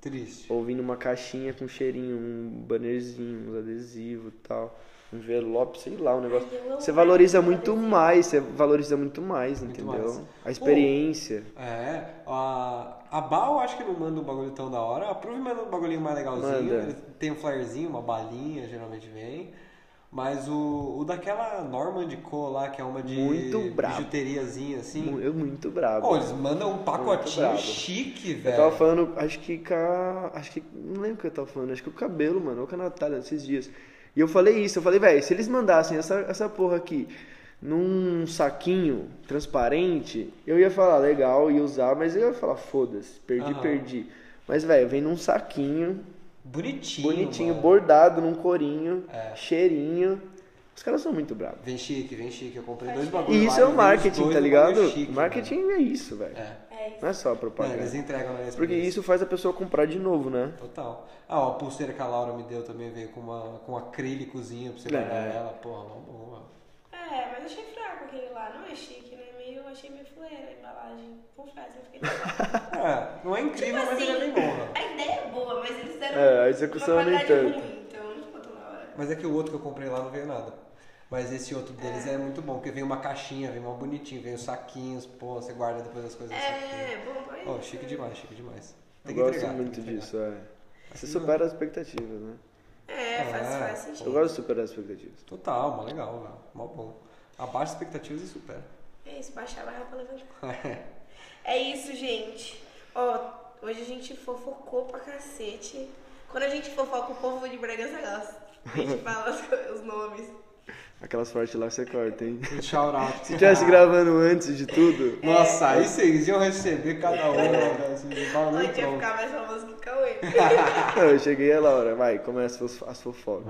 Speaker 4: Triste.
Speaker 2: Ou vir numa caixinha com cheirinho, um bannerzinho, uns adesivos e tal. Um envelope, sei lá, um negócio.
Speaker 3: Ai, eu amo
Speaker 2: Você valoriza muito
Speaker 3: adesivo.
Speaker 2: mais, você valoriza muito mais,
Speaker 4: Muito
Speaker 2: entendeu?
Speaker 4: mais.
Speaker 2: A experiência.
Speaker 4: É, a, a Bal acho que não manda um bagulho tão da hora. A Prove manda um bagulhinho mais legalzinho.
Speaker 2: Manda.
Speaker 4: Ele tem um flyerzinho, uma balinha, geralmente vem. Mas o, o daquela Normand Co lá, que é uma de
Speaker 2: Muito brabo.
Speaker 4: bijuteriazinha assim.
Speaker 2: Mu- Eu muito brabo.
Speaker 4: Pô, eles mandam um pacotinho
Speaker 2: brabo.
Speaker 4: chique,
Speaker 2: eu tava
Speaker 4: velho.
Speaker 2: falando, acho que com a. Acho que. Não lembro o que eu tava falando, acho que o cabelo, mano, ou com a Natália esses dias. E eu falei isso, eu falei, velho, se eles mandassem essa, essa porra aqui num saquinho transparente, eu ia falar legal, ia usar, mas eu ia falar, foda-se, perdi,
Speaker 4: Aham.
Speaker 2: perdi. Mas, velho, vem num saquinho,
Speaker 4: Bonitinho.
Speaker 2: bonitinho,
Speaker 4: mano.
Speaker 2: bordado num corinho,
Speaker 4: É.
Speaker 2: cheirinho. Os caras são muito bravos.
Speaker 4: Vem chique, vem chique. Eu comprei dois bagulhos.
Speaker 2: E isso é o marketing, tá ligado?
Speaker 4: Marketing.
Speaker 2: marketing é isso, velho.
Speaker 4: É.
Speaker 3: É isso.
Speaker 2: Não é só
Speaker 4: Mano,
Speaker 2: propaganda.
Speaker 4: eles entregam na
Speaker 2: Porque isso faz a pessoa comprar de novo, né?
Speaker 4: Total. Ah, ó, a pulseira que a Laura me deu também veio com, uma, com um acrílicozinho pra você
Speaker 2: É.
Speaker 4: guardar ela. Porra, uma boa.
Speaker 3: É, mas achei fraco aquele lá. Não é chique, né? Meio achei meio fuleira a embalagem. Confesso, eu fiquei. tipo
Speaker 4: É, não é incrível, mas
Speaker 3: assim,
Speaker 4: ele é bem bom, né?
Speaker 3: A ideia é boa, mas eles deram.
Speaker 2: É, a execução
Speaker 3: uma
Speaker 2: nem
Speaker 3: qualidade
Speaker 2: tanto.
Speaker 3: ruim, então não ficou tão da hora.
Speaker 4: Mas é que o outro que eu comprei lá não veio nada. Mas esse outro deles é, muito bom, porque vem uma caixinha, vem mal bonitinho, vem os saquinhos, pô, você guarda depois as coisas no
Speaker 3: É,
Speaker 4: saquinho.
Speaker 3: bom, mas.
Speaker 4: Ó, chique demais, chique demais.
Speaker 2: Eu
Speaker 4: Tem que
Speaker 2: gosto
Speaker 4: entregar, tem
Speaker 2: muito
Speaker 4: que entregar.
Speaker 2: disso, é. Você supera as expectativas, né?
Speaker 3: É, faz,
Speaker 4: Ah,
Speaker 3: faz
Speaker 2: Eu
Speaker 3: sentido.
Speaker 2: gosto de superar as expectativas.
Speaker 4: Total, mó legal, velho. Mó bom. Abaixa expectativas e supera.
Speaker 3: É isso, baixar a barra pra levantar. É isso, gente. Ó, hoje a gente fofocou pra cacete. Quando a gente fofoca, o povo de Bragança gosta. A gente fala os- os nomes.
Speaker 2: Aquelas partes lá você corta, hein?
Speaker 4: Um shout out.
Speaker 2: Se tivesse gravando antes de tudo,
Speaker 4: Nossa, aí vocês iam receber cada um, velho. Vocês falam
Speaker 3: Hoje
Speaker 4: muito
Speaker 3: ia
Speaker 4: bom.
Speaker 3: ficar mais famoso que o Cauê.
Speaker 2: eu cheguei a Laura, vai, começa as, as fofocas.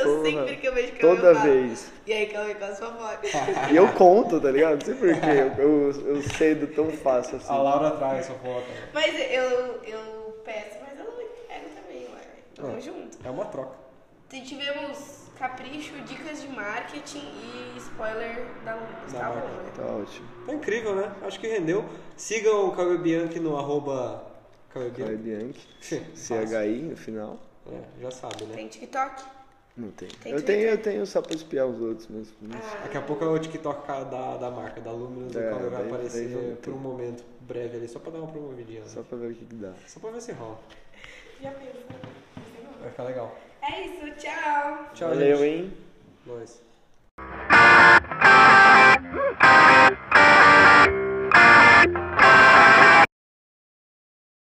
Speaker 3: Eu sempre que eu vejo Cauê. eu
Speaker 2: né? Toda
Speaker 3: falo,
Speaker 2: vez.
Speaker 3: E aí, Cauê, com as fofocas.
Speaker 2: E eu conto, tá ligado? Não sei porquê, eu, eu, eu cedo tão fácil assim.
Speaker 4: A Laura traz a foto. né? velho.
Speaker 3: Mas eu, eu peço, mas eu não pego também, ué. Tamo
Speaker 4: É.
Speaker 3: junto.
Speaker 4: É uma troca.
Speaker 3: E Tivemos capricho, dicas de marketing e spoiler da Lucas,
Speaker 4: Da
Speaker 3: tá bom,
Speaker 4: marca.
Speaker 3: né?
Speaker 2: Tá ótimo.
Speaker 4: Tá incrível, né? Acho que rendeu. Sigam o Cauê Bianchi no arroba Cauê
Speaker 2: Vai,
Speaker 4: Bianchi.
Speaker 2: Bianchi.
Speaker 4: Fácil.
Speaker 2: CHI no final.
Speaker 4: É, já sabe, né?
Speaker 3: Tem TikTok?
Speaker 2: Não tem.
Speaker 3: Tem
Speaker 2: eu
Speaker 3: Twitter?
Speaker 2: tenho, eu tenho só pra espiar os outros mesmo. Mas...
Speaker 4: Daqui a pouco é o TikTok da, da marca, da Luminous,
Speaker 2: É,
Speaker 4: o Cauê vai
Speaker 2: daí- daí
Speaker 4: aparecer
Speaker 2: não
Speaker 4: por um
Speaker 2: tem.
Speaker 4: momento breve ali, só pra dar uma promovidinha. né?
Speaker 2: Só pra ver o que, que dá.
Speaker 4: Só pra ver se rola.
Speaker 3: Já pensou?
Speaker 4: Vai ficar legal.
Speaker 3: É isso, tchau!
Speaker 4: Tchau,
Speaker 2: Valeu,
Speaker 4: gente.
Speaker 2: hein?
Speaker 4: Nós.